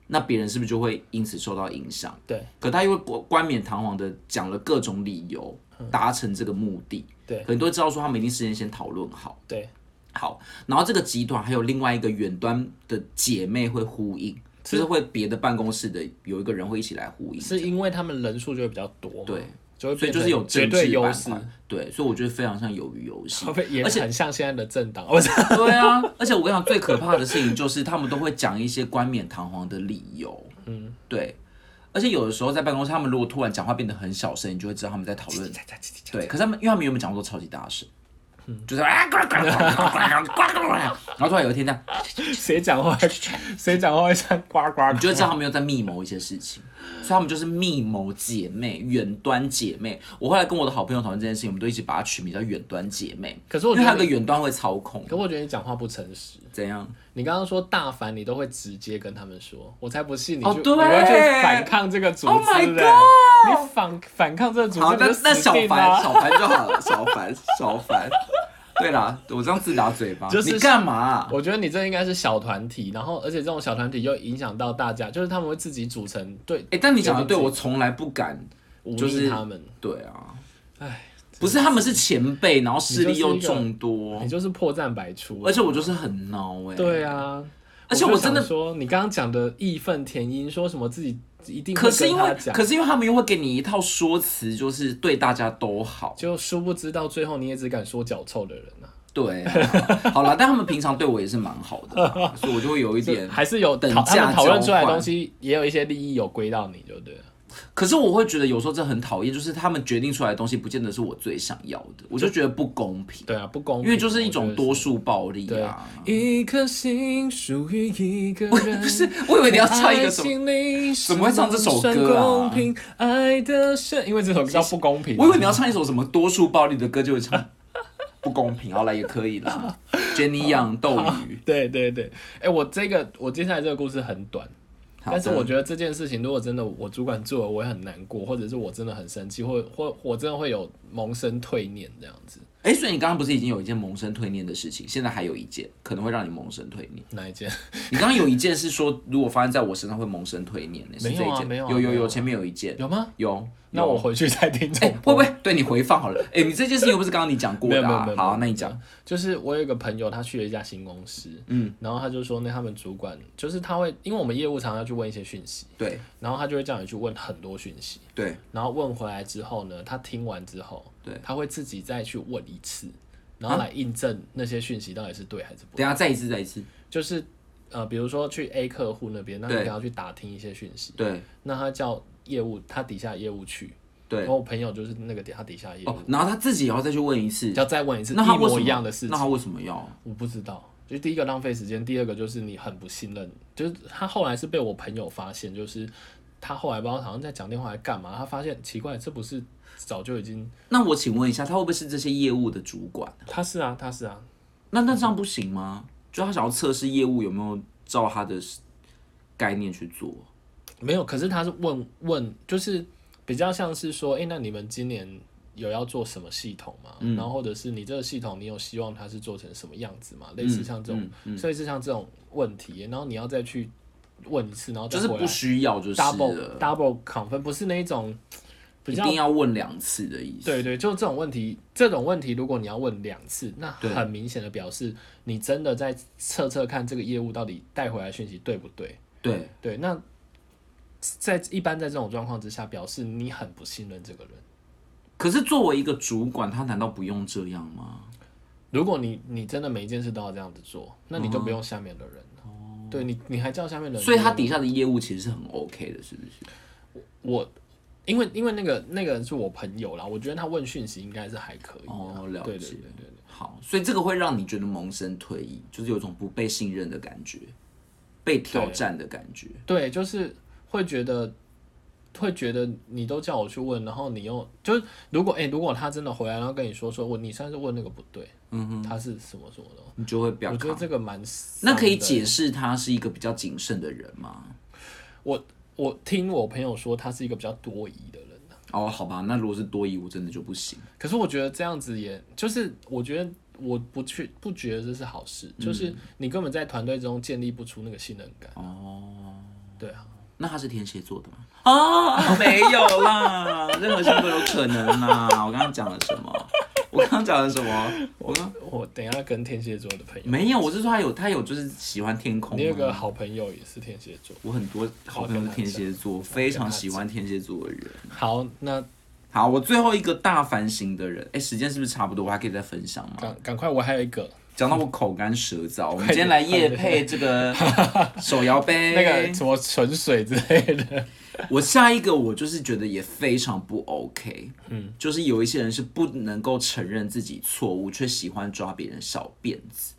Speaker 1: 那别人是不是就会因此受到影响？
Speaker 2: 嗯对
Speaker 1: 可他又冠冠冕堂皇的讲了各种理由，达成这个目的，
Speaker 2: 嗯对
Speaker 1: 很多知道说他们一定事先先讨论好，
Speaker 2: 对，
Speaker 1: 好，然后这个集团还有另外一个远端的姐妹会呼应，就是会别的办公室的有一个人会一起来呼应，
Speaker 2: 是因为他们人数就会比较多嘛，
Speaker 1: 对，
Speaker 2: 就会
Speaker 1: 所以
Speaker 2: 变
Speaker 1: 就
Speaker 2: 成
Speaker 1: 是有
Speaker 2: 绝
Speaker 1: 政
Speaker 2: 对
Speaker 1: 治
Speaker 2: 优
Speaker 1: 板
Speaker 2: 势，
Speaker 1: 块，对，所以我觉得非常像鱿鱼游戏
Speaker 2: 会不，会也
Speaker 1: 而且
Speaker 2: 很像现在的政党？哦 不是，
Speaker 1: 对啊，而且我跟你讲，最可怕的事情就是他们都会讲一些冠冕堂皇的理由。嗯，对。而且有的时候在办公室，他们如果突然讲话变得很小声，你就会知道他们在讨 论。对，可是他们因为他们原本讲话都超级大声，
Speaker 2: 嗯
Speaker 1: 就是啊，呱呱呱呱呱呱呱呱，然后突然有一天这样，
Speaker 2: 谁 讲话会谁讲话会像呱呱
Speaker 1: 你就会知道他们又在密谋一些事情，所以他们就是密谋姐妹、远端姐妹。我后来跟我的好朋友讨论这件事情，我们都一起把它取名叫远端姐妹，
Speaker 2: 可是我
Speaker 1: 因为
Speaker 2: 觉
Speaker 1: 它有
Speaker 2: 得
Speaker 1: 个
Speaker 2: 你，
Speaker 1: 远端会操控，
Speaker 2: 可我觉得你讲话不诚实。
Speaker 1: 怎样？
Speaker 2: 你刚刚说大凡你都会直接跟他们说，我才不信你就、
Speaker 1: 哦对
Speaker 2: 你会去反抗这个组
Speaker 1: Oh
Speaker 2: 织
Speaker 1: my
Speaker 2: 的、你反反抗这个组织
Speaker 1: 好，
Speaker 2: 你
Speaker 1: 那
Speaker 2: 就
Speaker 1: 那
Speaker 2: 死
Speaker 1: 小
Speaker 2: 定啊啦、
Speaker 1: 凡，小凡就好 了，小凡，小凡。对啦，我这样自打嘴巴，
Speaker 2: 就是
Speaker 1: 你干嘛啊、
Speaker 2: 我觉得你这应该是小团体，然后而且这种小团体又影响到大家，就是他们会自己组成对
Speaker 1: 哎、但你讲的
Speaker 2: 觉得
Speaker 1: 对，
Speaker 2: 自己
Speaker 1: 我从来不敢。
Speaker 2: 忤
Speaker 1: 就是
Speaker 2: 逆他们，
Speaker 1: 对啊，
Speaker 2: 哎，
Speaker 1: 不是他们是前辈，然后势力又众多
Speaker 2: 你，就是破绽百出。
Speaker 1: 哦
Speaker 2: 啊
Speaker 1: 而且我就是很孬哎、
Speaker 2: 对，啊，
Speaker 1: 而且我真的
Speaker 2: 就想说你刚刚讲的义愤填膺，说什么自己一定
Speaker 1: 可
Speaker 2: 会
Speaker 1: 是
Speaker 2: 跟
Speaker 1: 因
Speaker 2: 他
Speaker 1: 为，
Speaker 2: 讲，
Speaker 1: 可是因为他们又会给你一套说辞，就是对大家都好。
Speaker 2: 就殊不知到最后你也只敢说脚臭的人啊，
Speaker 1: 对啊、好啦，但他们平常对我也是蛮好的啊，所以我就会有一点
Speaker 2: 还是有
Speaker 1: 等
Speaker 2: 讨他
Speaker 1: 价
Speaker 2: 们讨论
Speaker 1: 交
Speaker 2: 出来的
Speaker 1: 换
Speaker 2: 东西，也有一些利益有归到你，就对了。
Speaker 1: 可是我会觉得有时候这很讨厌，就是他们决定出来的东西，不见得是我最想要的，我就觉得不公平，
Speaker 2: 对啊，不公平，
Speaker 1: 因为就是一
Speaker 2: 我
Speaker 1: 种
Speaker 2: 觉得
Speaker 1: 多数暴力
Speaker 2: 对
Speaker 1: 啊。。
Speaker 2: 一颗心属于一个人，
Speaker 1: 不是，我以为你要唱一个什么，
Speaker 2: 么？
Speaker 1: 怎么会唱这首歌啊
Speaker 2: 公平，爱的深，因为这首歌叫不公平。啊
Speaker 1: 我以为你要唱一首什么多数暴力的歌，就会唱不公平。好了，也可以啦。Jenny Yang 斗鱼，
Speaker 2: 对对对，哎、我这个我接下来这个故事很短，
Speaker 1: 好
Speaker 2: 但是
Speaker 1: 的
Speaker 2: 我觉得这件事情如果真的我主管做了，我会很难过，或者是我真的很生气，或或我真的会有萌生退念这样子。
Speaker 1: 哎，所以你刚刚不是已经有一件萌生退念的事情，现在还有一件可能会让你萌生退念。
Speaker 2: 哪一件？
Speaker 1: 你刚刚有一件是说，如果发生在我身上会萌生退念，是这一
Speaker 2: 没有啊
Speaker 1: 件，
Speaker 2: 没有啊
Speaker 1: 有有
Speaker 2: 没有啊
Speaker 1: 前面 有一件
Speaker 2: 有吗？
Speaker 1: 有，
Speaker 2: 那
Speaker 1: 有
Speaker 2: 我回去再听
Speaker 1: 哎、
Speaker 2: 重
Speaker 1: 会
Speaker 2: 播。
Speaker 1: 不会对你回放好了？哎、你这件事情又不是刚刚你讲过
Speaker 2: 哦没有
Speaker 1: 的、
Speaker 2: 没有
Speaker 1: 啊
Speaker 2: 没有，没有
Speaker 1: 好，那你讲，
Speaker 2: 就是我有一个朋友，他去了一家新公司，嗯，然后他就说，那他们主管就是他会，因为我们业务常常要去问一些讯息，
Speaker 1: 对
Speaker 2: 然后他就会叫你去问很多讯息，
Speaker 1: 对，
Speaker 2: 然后问回来之后呢，他听完之后，
Speaker 1: 对，啊
Speaker 2: 他会自己再去问一次，然后来印证那些讯息到底是对还是不对。
Speaker 1: 等一下再一次再一次，
Speaker 2: 就是呃，比如说去 A 客户那边，那你
Speaker 1: 对
Speaker 2: 可能要去打听一些讯息，
Speaker 1: 对
Speaker 2: 那他叫业务，他底下业务去，
Speaker 1: 对
Speaker 2: 然。后我朋友就是那个底他底下业务，
Speaker 1: 哦，然后他自己也要再去问一次，
Speaker 2: 要再问一次
Speaker 1: 那他
Speaker 2: 一
Speaker 1: 为什
Speaker 2: 模
Speaker 1: 么
Speaker 2: 一样的事情
Speaker 1: 那。他为什么要？
Speaker 2: 我不知道，就第一个浪费时间，第二个就是你很不信任，就是他后来是被我朋友发现，就是他后来不知道好像在讲电话还干嘛，他发现奇怪，这不是早就已经
Speaker 1: 那我请问一下，他会不会是这些业务的主管？
Speaker 2: 他是啊，他是啊，
Speaker 1: 那那这样不行吗？就他想要测试业务有没有照他的概念去做。
Speaker 2: 没有，可是他是问问，就是比较像是说，哎、那你们今年有要做什么系统吗？
Speaker 1: 嗯
Speaker 2: 然后或者是你这个系统，你有希望它是做成什么样子吗？
Speaker 1: 嗯
Speaker 2: 类似像这种，类似像这种问题，然后你要再去问一次，然后哦再
Speaker 1: 就是
Speaker 2: 回
Speaker 1: 不
Speaker 2: 来
Speaker 1: 需要，就是
Speaker 2: double
Speaker 1: 了
Speaker 2: double 亢奋，不是那一种比
Speaker 1: 一
Speaker 2: 较
Speaker 1: 定要问两次的意思。
Speaker 2: 对对，就这种问题，这种问题如果你要问两次，那
Speaker 1: 对
Speaker 2: 很明显的表示你真的在测测看这个业务到底带回来的讯息对不对。
Speaker 1: 对
Speaker 2: 对，那在一般在这种状况之下，表示你很不信任这个人。
Speaker 1: 可是作为一个主管，他难道不用这样吗？
Speaker 2: 如果你你真的每一件事都要这样子做，那你就不用下面的人了。对你，你还叫下面的人？
Speaker 1: 嗯所以他底下的业务其实是很 OK 的，是不是？
Speaker 2: 我，因为因为那个那个人是我朋友啦，我觉得他问讯息应该是还可以。
Speaker 1: 哦，了解。
Speaker 2: 对对对对。
Speaker 1: 好，所以这个会让你觉得萌生退意，就是有种不被信任的感觉，被挑战的感觉。
Speaker 2: 对，就是会觉得，会觉得你都叫我去问，然后你又就是如果哎、如果他真的回来，然后跟你说说我你上次问那个不对，嗯哼，他是什么什么的，
Speaker 1: 你就会比较
Speaker 2: 我觉得
Speaker 1: 抗。
Speaker 2: 这个蛮
Speaker 1: 那可以
Speaker 2: 伤的
Speaker 1: 解释他是一个比较谨慎的人吗？
Speaker 2: 我我听我朋友说他是一个比较多疑的人啊、
Speaker 1: 哦，好吧，那如果是多疑，我真的就不行。
Speaker 2: 可是我觉得这样子也就是我觉得。我不去不觉得这是好事，
Speaker 1: 嗯
Speaker 2: 就是你根本在团队中建立不出那个信任感。哦，对啊，
Speaker 1: 那他是天蝎座的吗？啊，没有啦， 任何事情都有可能啦。我刚刚讲了什么？我刚刚讲了什么？我刚
Speaker 2: 我等一下跟天蝎座的朋友，
Speaker 1: 没有，啊我是说他有他有就是喜欢天空
Speaker 2: 你有
Speaker 1: 吗。
Speaker 2: 个好朋友也是天蝎座。
Speaker 1: 我很多好朋友是天蝎座，非常喜欢天蝎座的人。
Speaker 2: 好，那
Speaker 1: 好，我最后一个大反省的人，哎、时间是不是差不多？我还可以再分享吗？
Speaker 2: 赶赶快，我还有一个
Speaker 1: 讲到我口干舌燥，我们
Speaker 2: 快
Speaker 1: 今
Speaker 2: 点
Speaker 1: 天来夜配这个手摇杯。
Speaker 2: 那个什么纯水之类的，
Speaker 1: 我下一个我就是觉得也非常不 OK，嗯，就是有一些人是不能够承认自己错误，却喜欢抓别人小辫子，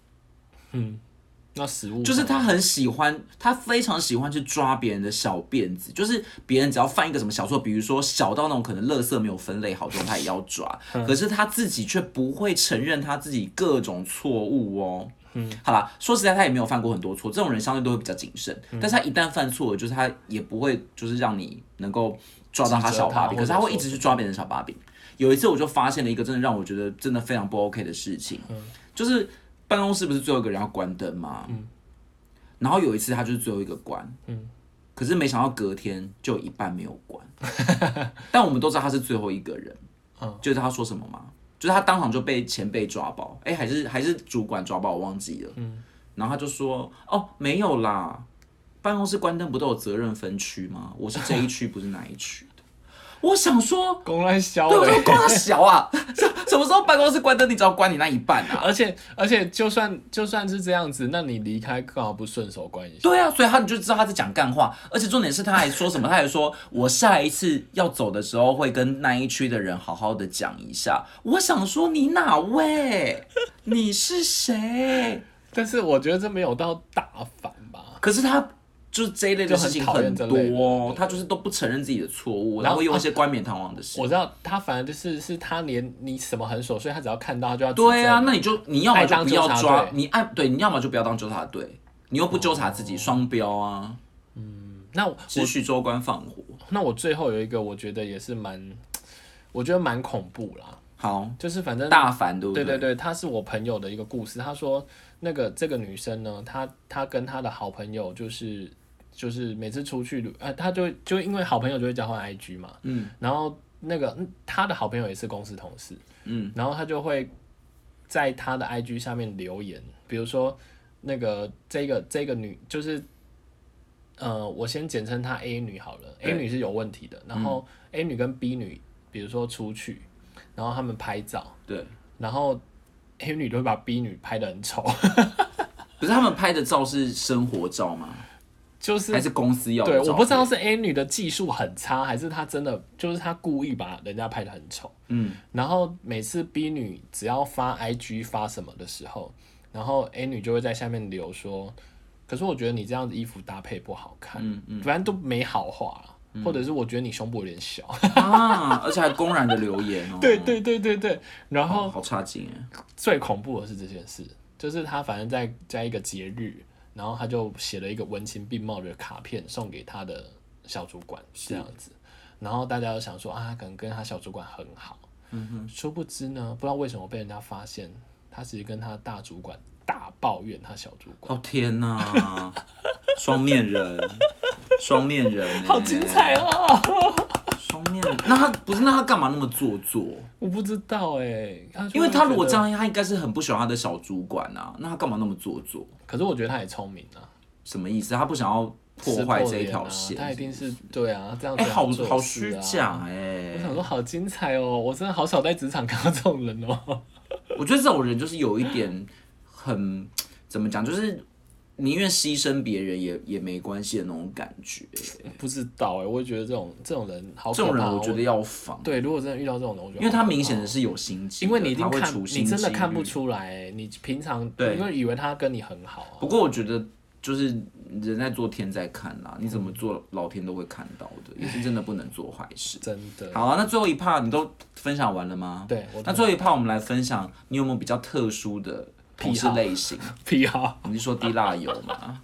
Speaker 2: 那食物
Speaker 1: 就是他很喜欢，他非常喜欢去抓别人的小辫子，就是别人只要犯一个什么小错，比如说小到那种可能垃圾没有分类好这种，他也要抓，可是他自己却不会承认他自己各种错误哦。嗯，好啦，说实在，他也没有犯过很多错，这种人相对都会比较谨慎。
Speaker 2: 嗯
Speaker 1: 但是他一旦犯错了，就是他也不会，就是让你能够抓到他小把
Speaker 2: 指责他
Speaker 1: 柄，可是他
Speaker 2: 或者
Speaker 1: 会一直去抓别人的小把柄。有一次我就发现了一个真的让我觉得真的非常不 OK 的事情，
Speaker 2: 嗯
Speaker 1: 就是办公室不是最后一个人要关灯吗？
Speaker 2: 嗯
Speaker 1: 然后有一次他就是最后一个关，可是没想到隔天就有一半没有关， 但我们都知道他是最后一个人，就是他说什么吗？就是他当场就被前辈抓包，哎、还是还是主管抓包，我忘记了，然后他就说，哦，没有啦，办公室关灯不都有责任分区吗？我是这一区，不是哪一区的，我想说。
Speaker 2: 公然消
Speaker 1: 对，我
Speaker 2: 委
Speaker 1: 说，光小啊， 什什么时候办公室关灯，你只要关你那一半啊？
Speaker 2: 而且而且就算就算是这样子，那你离开干嘛不顺手关一下？
Speaker 1: 对啊，所以他你就知道他在讲干话，而且重点是他还说什么？他还说我下一次要走的时候会跟那一区的人好好的讲一下。我想说你哪位？你是谁？
Speaker 2: 但是我觉得这没有到大反吧，
Speaker 1: 可是他。就是这一类的事情
Speaker 2: 就很讨厌
Speaker 1: 很
Speaker 2: 这
Speaker 1: 多
Speaker 2: 类的
Speaker 1: 哦
Speaker 2: 对，
Speaker 1: 他就是都不承认自己的错误，
Speaker 2: 然
Speaker 1: 然
Speaker 2: 后
Speaker 1: 后用一些冠冕堂皇的事。
Speaker 2: 我知道他反而就是是他连你什么很琐碎，他只要看到他就要指责
Speaker 1: 对啊，那你就你要么就不要
Speaker 2: 爱当纠察
Speaker 1: 抓
Speaker 2: 队，
Speaker 1: 你爱对，你要么就不要当纠察队，你又不纠察自己，双标啊，
Speaker 2: 那我
Speaker 1: 只许州官放火。
Speaker 2: 那我最后有一个，我觉得也是蛮，我觉得蛮恐怖啦。
Speaker 1: 好，
Speaker 2: 就是反正
Speaker 1: 大凡对不
Speaker 2: 对对
Speaker 1: 对
Speaker 2: 对，他是我朋友的一个故事。他说，那个这个女生呢，她她跟她的好朋友就是就是每次出去旅，呃，她就就因为好朋友就会交换 IG 嘛，嗯，然后那个嗯她的好朋友也是公司同事，嗯，然后她就会在她的 IG 下面留言，比如说那个这个这个女就是。呃，我先简称她 A 女好了，A
Speaker 1: 对嗯
Speaker 2: 女是有问题的。然后 A 女跟 B 女，比如说出去，然后他们拍照，
Speaker 1: 对，
Speaker 2: 然后 A 女都会把 B 女拍的很丑，
Speaker 1: 可是他们拍的照是生活照吗？
Speaker 2: 就是
Speaker 1: 还是公司要的
Speaker 2: 对，
Speaker 1: 照片？
Speaker 2: 我不知道是 A 女的技术很差，还是她真的就是她故意把人家拍的很丑。
Speaker 1: 嗯，
Speaker 2: 然后每次 B 女只要发 IG 发什么的时候，然后 A 女就会在下面留说，可是我觉得你这样子衣服搭配不好看，嗯嗯，反正都没好话啦。或者是我觉得你胸部有点小，
Speaker 1: 啊，而且还公然的留言哦。
Speaker 2: 对 对对对对，然后
Speaker 1: 哦，好差劲哎！
Speaker 2: 最恐怖的是这件事，就是他反正在在一个节日，然后他就写了一个文情并茂的卡片送给他的小主管，这样子。然后大家都想说啊，他可能跟他小主管很好，嗯哼。殊不知呢，不知道为什么被人家发现，他其实跟他大主管大抱怨他小主管。
Speaker 1: 哦天哪，双面人，双面人，
Speaker 2: 好精！彩哦！
Speaker 1: 双面人，那他不是那他干嘛那么做作？
Speaker 2: 我不知道哎、就
Speaker 1: 因为他如果
Speaker 2: 觉得
Speaker 1: 这，样，他应该是很不喜欢他的小主管啊。那他干嘛那么做作？
Speaker 2: 可是我觉得他也聪明啊，
Speaker 1: 什么意思？他不想要破坏这一条
Speaker 2: 识
Speaker 1: 线
Speaker 2: 破脸啊，他一定是对啊，这样子
Speaker 1: 哎、好
Speaker 2: 很做
Speaker 1: 好
Speaker 2: 事
Speaker 1: 虚
Speaker 2: 啊
Speaker 1: 假哎、
Speaker 2: 我想说好精彩哦！我真的好少在职场看到这种人哦。
Speaker 1: 我觉得这种人就是有一点很怎么讲，就是宁愿牺牲别人也也没关系的那种感觉。
Speaker 2: 不知道哎，我也觉得这种这种人好
Speaker 1: 这
Speaker 2: 可怕哦。
Speaker 1: 种人我觉得要防，
Speaker 2: 对，如果真的遇到这种人，我觉得
Speaker 1: 因为他
Speaker 2: 好可怕
Speaker 1: 明显的是有心机的，
Speaker 2: 因为你一定
Speaker 1: 他会
Speaker 2: 看，
Speaker 1: 处心
Speaker 2: 你真的
Speaker 1: 积
Speaker 2: 看不
Speaker 1: 虑。
Speaker 2: 出来，你平常
Speaker 1: 对
Speaker 2: 因为以为他跟你很好啊
Speaker 1: 不。过我觉得就是人在做天在看啦，你怎么做老天都会看到的，也是真的不能做坏事。
Speaker 2: 真的，
Speaker 1: 好啊，那最后一趴你都分享完了吗？
Speaker 2: 对我
Speaker 1: 那最后一趴我们来分享，你有没有比较特殊的同事
Speaker 2: 癖好
Speaker 1: 类型？
Speaker 2: 癖好。
Speaker 1: 你是说滴蜡油吗？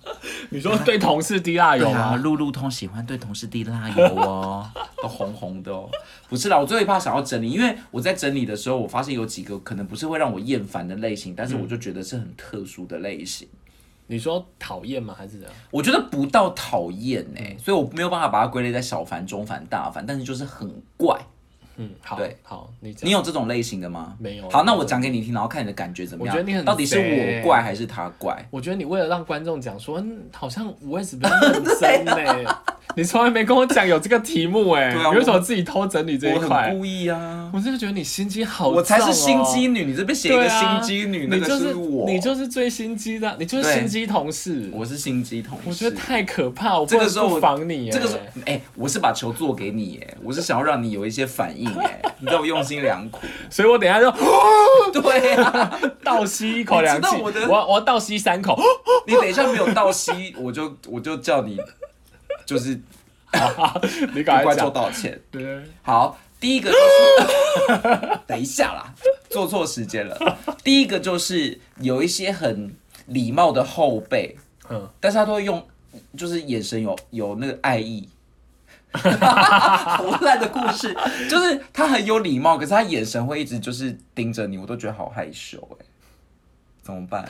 Speaker 2: 你说啊 对同事滴蜡油
Speaker 1: 对啊，
Speaker 2: 吗？
Speaker 1: 路路通喜欢对同事滴蜡油哦，都红红的哦。不是啦，我最后一趴想要整理，因为我在整理的时候，我发现有几个可能不是会让我厌烦的类型，但是我就觉得是很特殊的类型。
Speaker 2: 你说讨厌吗？还是怎样？
Speaker 1: 我觉得不到讨厌呢，
Speaker 2: 嗯
Speaker 1: 所以我没有办法把它归类在小烦、中烦、大烦，但是就是很怪。
Speaker 2: 嗯，好
Speaker 1: 对，
Speaker 2: 好，你讲
Speaker 1: 你。有这种类型的吗？
Speaker 2: 没有
Speaker 1: 好，那我讲给你听，然后看你的感觉怎么样。
Speaker 2: 啊我觉得你很
Speaker 1: 到底是
Speaker 2: 肥
Speaker 1: 我怪还是他怪？
Speaker 2: 我觉得你为了让观众讲说，嗯，好像我也是比较认 真呢。你从来没跟我讲有这个题目哎，
Speaker 1: 对啊
Speaker 2: 你为什么自己偷整理这一
Speaker 1: 我
Speaker 2: 块
Speaker 1: 很？故意啊，
Speaker 2: 我真的觉得你心机好、重
Speaker 1: 我才是心机
Speaker 2: 哦，
Speaker 1: 女，你这边写一
Speaker 2: 对
Speaker 1: 个
Speaker 2: 啊
Speaker 1: 心机女，那
Speaker 2: 你
Speaker 1: 个
Speaker 2: 就是
Speaker 1: 我，
Speaker 2: 你就是最心机的，你就是
Speaker 1: 对
Speaker 2: 心机同事。
Speaker 1: 我是心机同事。
Speaker 2: 我觉得太可怕，我不
Speaker 1: 这个
Speaker 2: 能
Speaker 1: 时候
Speaker 2: 不
Speaker 1: 我
Speaker 2: 防你耶。欸
Speaker 1: 这个是哎、我是把球做给你耶，我是想要让你有一些反应哎，你知道我用心良苦。
Speaker 2: 所以我等一下就
Speaker 1: 对啊，
Speaker 2: 倒吸一口凉气，
Speaker 1: 你知道我的
Speaker 2: 我要我要倒吸三口。
Speaker 1: 你等一下没有到息，我就我就叫你就是
Speaker 2: 你
Speaker 1: 乖
Speaker 2: 赶快
Speaker 1: 乖做
Speaker 2: 讲。
Speaker 1: 道歉。
Speaker 2: 对，
Speaker 1: 好，第一个就是， 等一下啦，做错时间了。第一个就是有一些很礼貌的后辈，
Speaker 2: 嗯，
Speaker 1: 但是他都会用，就是眼神有有那个爱意。 好烂的故事，就是他很有礼貌，可是他眼神会一直就是盯着你，我都觉得好害羞哎、怎么办？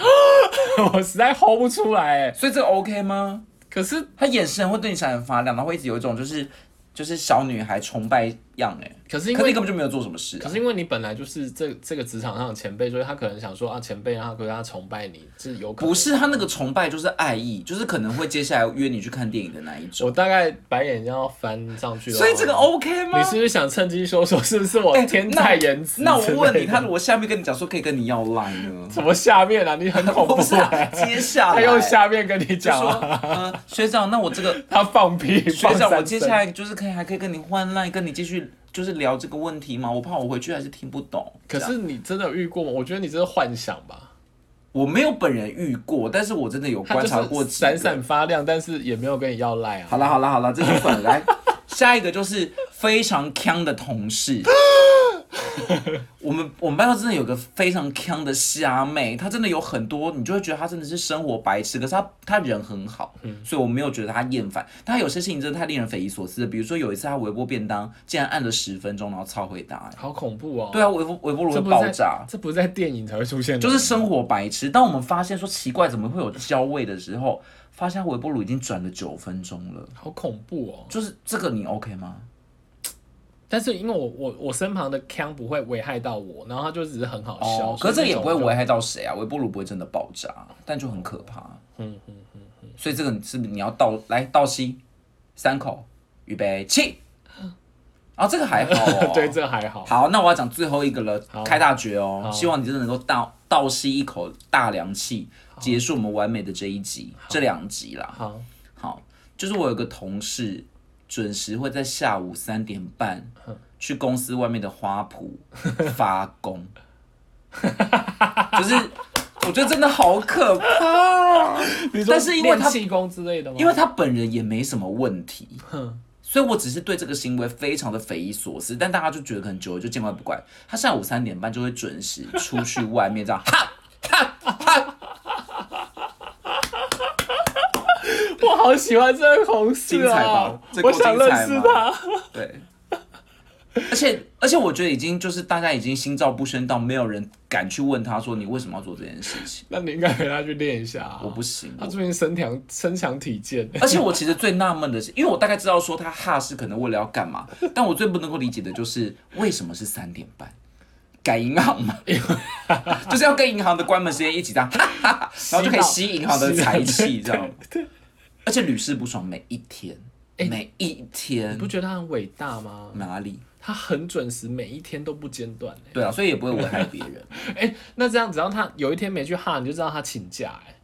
Speaker 2: 我实在 hold 不出来哎。
Speaker 1: 所以这个 OK 吗？
Speaker 2: 可是
Speaker 1: 他眼神会对你闪闪发亮，然后会一直有一种就是就是小女孩崇拜样哎、
Speaker 2: 可是因
Speaker 1: 可是
Speaker 2: 为
Speaker 1: 你根本就没有做什么事、啊，
Speaker 2: 可是因为你本来就是这这个职场上的前辈，所以他可能想说啊，前辈让他可是他崇拜你是有可能。
Speaker 1: 不，是他那个崇拜就是爱意，就是可能会接下来约你去看电影的那一种。
Speaker 2: 我大概白眼要翻上去了。
Speaker 1: 所以这个 OK 吗？
Speaker 2: 啊你是不是想趁机说说是不是我
Speaker 1: 哎
Speaker 2: 天才颜值、
Speaker 1: 那我问你，他如果下面跟你讲说可以跟你要 line 呢？
Speaker 2: 怎么下面啊？你很恐怖、
Speaker 1: 不是、啊
Speaker 2: 欸，，
Speaker 1: 接下来
Speaker 2: 他用下面跟你
Speaker 1: 就
Speaker 2: 讲、
Speaker 1: 说，
Speaker 2: 啊，
Speaker 1: 呃，学长，那我这 个
Speaker 2: 他放屁，
Speaker 1: 学
Speaker 2: 放
Speaker 1: 长，我
Speaker 2: 三
Speaker 1: 接
Speaker 2: 声
Speaker 1: 下来就是可以还可以跟你换 line，跟你继续就是聊这个问题吗？我怕我回去还是听不懂。
Speaker 2: 可
Speaker 1: 这样
Speaker 2: 是你真的有遇过吗？我觉得你这是幻想吧。
Speaker 1: 我没有本人遇过，但是我真的有
Speaker 2: 他
Speaker 1: 观
Speaker 2: 就
Speaker 1: 察过
Speaker 2: 是
Speaker 1: 几个
Speaker 2: 闪闪发亮，但是也没有跟你要赖啊。
Speaker 1: 好了好了好了， 这就算了。来，下一个就是非常强的同事，我们我们班上真的有个非常强的虾妹，她真的有很多，你就会觉得她真的是生活白痴，可是她她人很好，
Speaker 2: 嗯
Speaker 1: 所以我没有觉得她厌烦。但她有些事情真的太令人匪夷所思了，比如说有一次她微波便当竟然按了十分钟，然后超回答、欸
Speaker 2: 好恐怖哦！
Speaker 1: 对啊，微波微波炉
Speaker 2: 这
Speaker 1: 会
Speaker 2: 不是
Speaker 1: 爆
Speaker 2: 在
Speaker 1: 炸，
Speaker 2: 这不是在电影才会出现的，
Speaker 1: 就是生活白痴。当我们发现说奇怪怎么会有焦味的时候，发现她微波炉已经转了九分钟了，
Speaker 2: 好恐怖哦。
Speaker 1: 就是这个你 OK 吗？
Speaker 2: 但是因为我我我身旁的腔不会危害到我，然后他就只是很好笑，
Speaker 1: 哦，可是这个也不会危
Speaker 2: 害。
Speaker 1: 害到谁啊，微波炉不会真的爆炸，但就很可怕。嗯嗯嗯。所以这个是不是你要倒来倒吸，三口，预备起。啊、这个还好 哦。
Speaker 2: 对，这还好。
Speaker 1: 好，那我要讲最后一个了
Speaker 2: 好，
Speaker 1: 开大绝哦！希望你真的能够倒倒吸一口大凉气，结束我们完美的这一集、这两集啦。
Speaker 2: 好，
Speaker 1: 好，就是我有个同事，准时会在下午三点半去公司外面的花圃发功，就是我觉得真的好可怕，但是因为他
Speaker 2: 练气功之类的吗？
Speaker 1: 因为他本人也没什么问题，所以我只是对这个行为非常的匪夷所思，但大家就觉得可能久了就见怪不怪。他下午三点半就会准时出去外面这样，哈
Speaker 2: 我好喜欢这个同事
Speaker 1: 精彩
Speaker 2: 啊
Speaker 1: 吧这！够
Speaker 2: 我想认识
Speaker 1: 精彩
Speaker 2: 他
Speaker 1: 吗。 对，而且而且我觉得已经就是大家已经心照不宣到没有人敢去问他说你为什么要做这件事情，
Speaker 2: 那你应该陪他去练一下、啊。
Speaker 1: 我不行。
Speaker 2: 他
Speaker 1: 我
Speaker 2: 最近身强身强体 健，
Speaker 1: 而且我其实最纳闷的是，因为我大概知道说他哈是可能为了要干 嘛，但我最不能够理解的就是为什么是三点半。改银行嘛， 就是要跟银行的关门时间一起这样， 哈哈哈，然后就可以吸银行的财气，这样。而且屡试不爽，每一天，每一天
Speaker 2: 你不觉得他很伟大吗？
Speaker 1: 哪里？
Speaker 2: 他很准时，每一天都不间断、欸。
Speaker 1: 对啊，所以也不会危害别人。
Speaker 2: 哎、那这样只要他有一天没去哈，你就知道他请假、欸。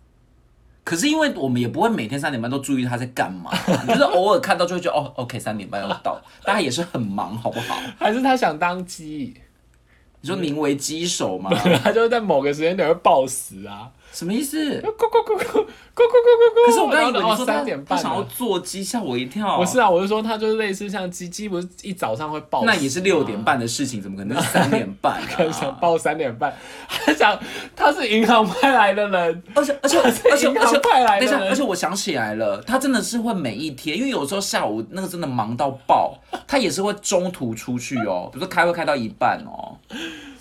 Speaker 1: 可是因为我们也不会每天三点半都注意他在干嘛，就是偶尔看到就会觉得哦，OK，三点半要到，大家也是很忙，好不好？
Speaker 2: 还是他想当 鸡，
Speaker 1: 你说宁为鸡首吗？
Speaker 2: 他就会在某个时间点会暴食啊，
Speaker 1: 什么意思
Speaker 2: 咕？咕咕咕咕咕咕咕咕咕。
Speaker 1: 可是我刚刚以为
Speaker 2: 然后哦
Speaker 1: 你说
Speaker 2: 三
Speaker 1: 他
Speaker 2: 点
Speaker 1: 他
Speaker 2: 半
Speaker 1: 想要
Speaker 2: 了，
Speaker 1: 做鸡，吓我一跳。
Speaker 2: 不是，啊，我是说他就是类似像鸡鸡，不是一早上会暴食吗，啊
Speaker 1: 那也是六点半的事情，怎么可能是三点 半
Speaker 2: 他想
Speaker 1: 啊？
Speaker 2: 报三点半， 他想他是银行派来的人，
Speaker 1: 而且而且而且而且
Speaker 2: 银行派
Speaker 1: 等
Speaker 2: 来的
Speaker 1: 一下，而
Speaker 2: 人
Speaker 1: 且，我想起来了，他真的是会每一天，因为有时候下午那个真的忙到爆，他也是会中途出去哦，比如说开会开到一半哦，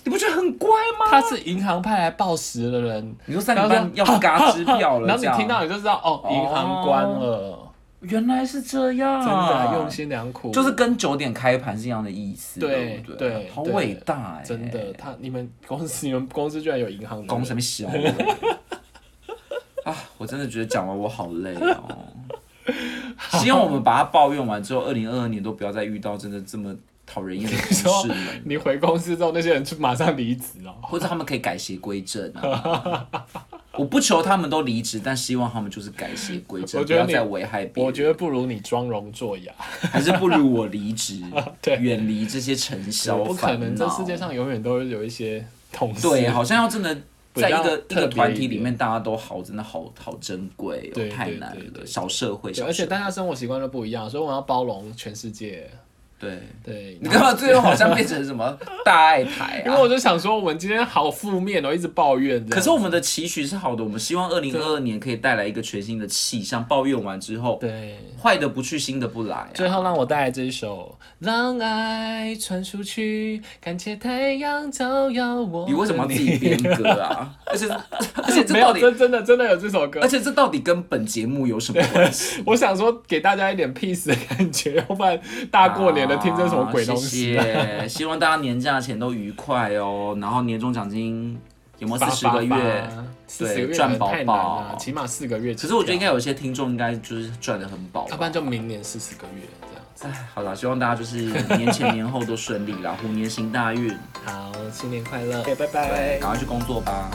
Speaker 1: 你不觉得很乖吗？
Speaker 2: 他是银行派来报时的人。
Speaker 1: 你说三点半要嘎支票了，
Speaker 2: 然后
Speaker 1: 这
Speaker 2: 你
Speaker 1: 样
Speaker 2: 听到你就知道哦，
Speaker 1: 哦
Speaker 2: 银行关了，
Speaker 1: 原来是这样，
Speaker 2: 真的用心良苦，
Speaker 1: 就是跟九点开盘是一样的意思，
Speaker 2: 对
Speaker 1: 不
Speaker 2: 对
Speaker 1: 好伟大哎，
Speaker 2: 真的。他你们公司你们公司居然有银行的人
Speaker 1: 攻什么小 我啊！我真的觉得讲完我好累 哦。希望我们把它抱怨完之后，二零二二年都不要再遇到真的这么讨人厌的同事们，
Speaker 2: 你回公司之后，那些人就马上离职哦。
Speaker 1: 或者他们可以改邪归正啊。 我不求他们都离职，但希望他们就是改邪归正，
Speaker 2: 我
Speaker 1: 不
Speaker 2: 觉得
Speaker 1: 要
Speaker 2: 你
Speaker 1: 再危害别人。
Speaker 2: 我觉得不如你装聋作哑，，
Speaker 1: 还是不如我离职
Speaker 2: 啊对
Speaker 1: 远离这些尘嚣。
Speaker 2: 不可能，这世界
Speaker 1: 上
Speaker 2: 上永远都会有一些同事。
Speaker 1: 对，好像要真的
Speaker 2: 比较
Speaker 1: 在一个
Speaker 2: 特
Speaker 1: 一
Speaker 2: 别
Speaker 1: 个团
Speaker 2: 一
Speaker 1: 体里
Speaker 2: 点
Speaker 1: 面，大家都好，真的好好珍贵
Speaker 2: 对
Speaker 1: 哦，太
Speaker 2: 对
Speaker 1: 难
Speaker 2: 对对
Speaker 1: 了。小社会，
Speaker 2: 对，
Speaker 1: 小
Speaker 2: 而且
Speaker 1: 社
Speaker 2: 大家生活习惯都不一样，所以我们要包容全世界。
Speaker 1: 对，
Speaker 2: 对，
Speaker 1: 你干嘛最后好 像变成什么大爱台
Speaker 2: 因
Speaker 1: 啊
Speaker 2: 为？我就想说，我们今天好负面哦，一直抱怨这样。
Speaker 1: 可是我们的期许是好的，我们希望二零二二年可以带来一个全新的气象。抱怨完之后，
Speaker 2: 对，
Speaker 1: 坏的不去，新的不来啊。
Speaker 2: 最后让我带来这一首《让爱传出去》，感谢太阳照耀我。
Speaker 1: 你为什么要自己编歌啊？ 而且而且这
Speaker 2: 没
Speaker 1: 到
Speaker 2: 有，
Speaker 1: 底，
Speaker 2: 真真的真的有这首歌
Speaker 1: 而。且这到底跟本节目有什么关系？
Speaker 2: 我想说给大家一点 peace 的感觉， 要不然大过年的听这什么鬼东西、啊？
Speaker 1: 好谢谢，希望大家年假前都愉快哦，然后年终奖金有没有四十个月？
Speaker 2: 四十个月
Speaker 1: 对赚
Speaker 2: 可能
Speaker 1: 宝
Speaker 2: 太难
Speaker 1: 宝
Speaker 2: 了，起码四个月起
Speaker 1: 可
Speaker 2: 跳。
Speaker 1: 是我觉得应该有些听众应该就是赚的很饱吧，
Speaker 2: 要不然就明年四十个月这样子。
Speaker 1: 哎，好啦，希望大家就是年前年后都 顺利啦，虎年行大运，
Speaker 2: 好，新年快乐，OK，拜拜
Speaker 1: 对，赶快去工作吧。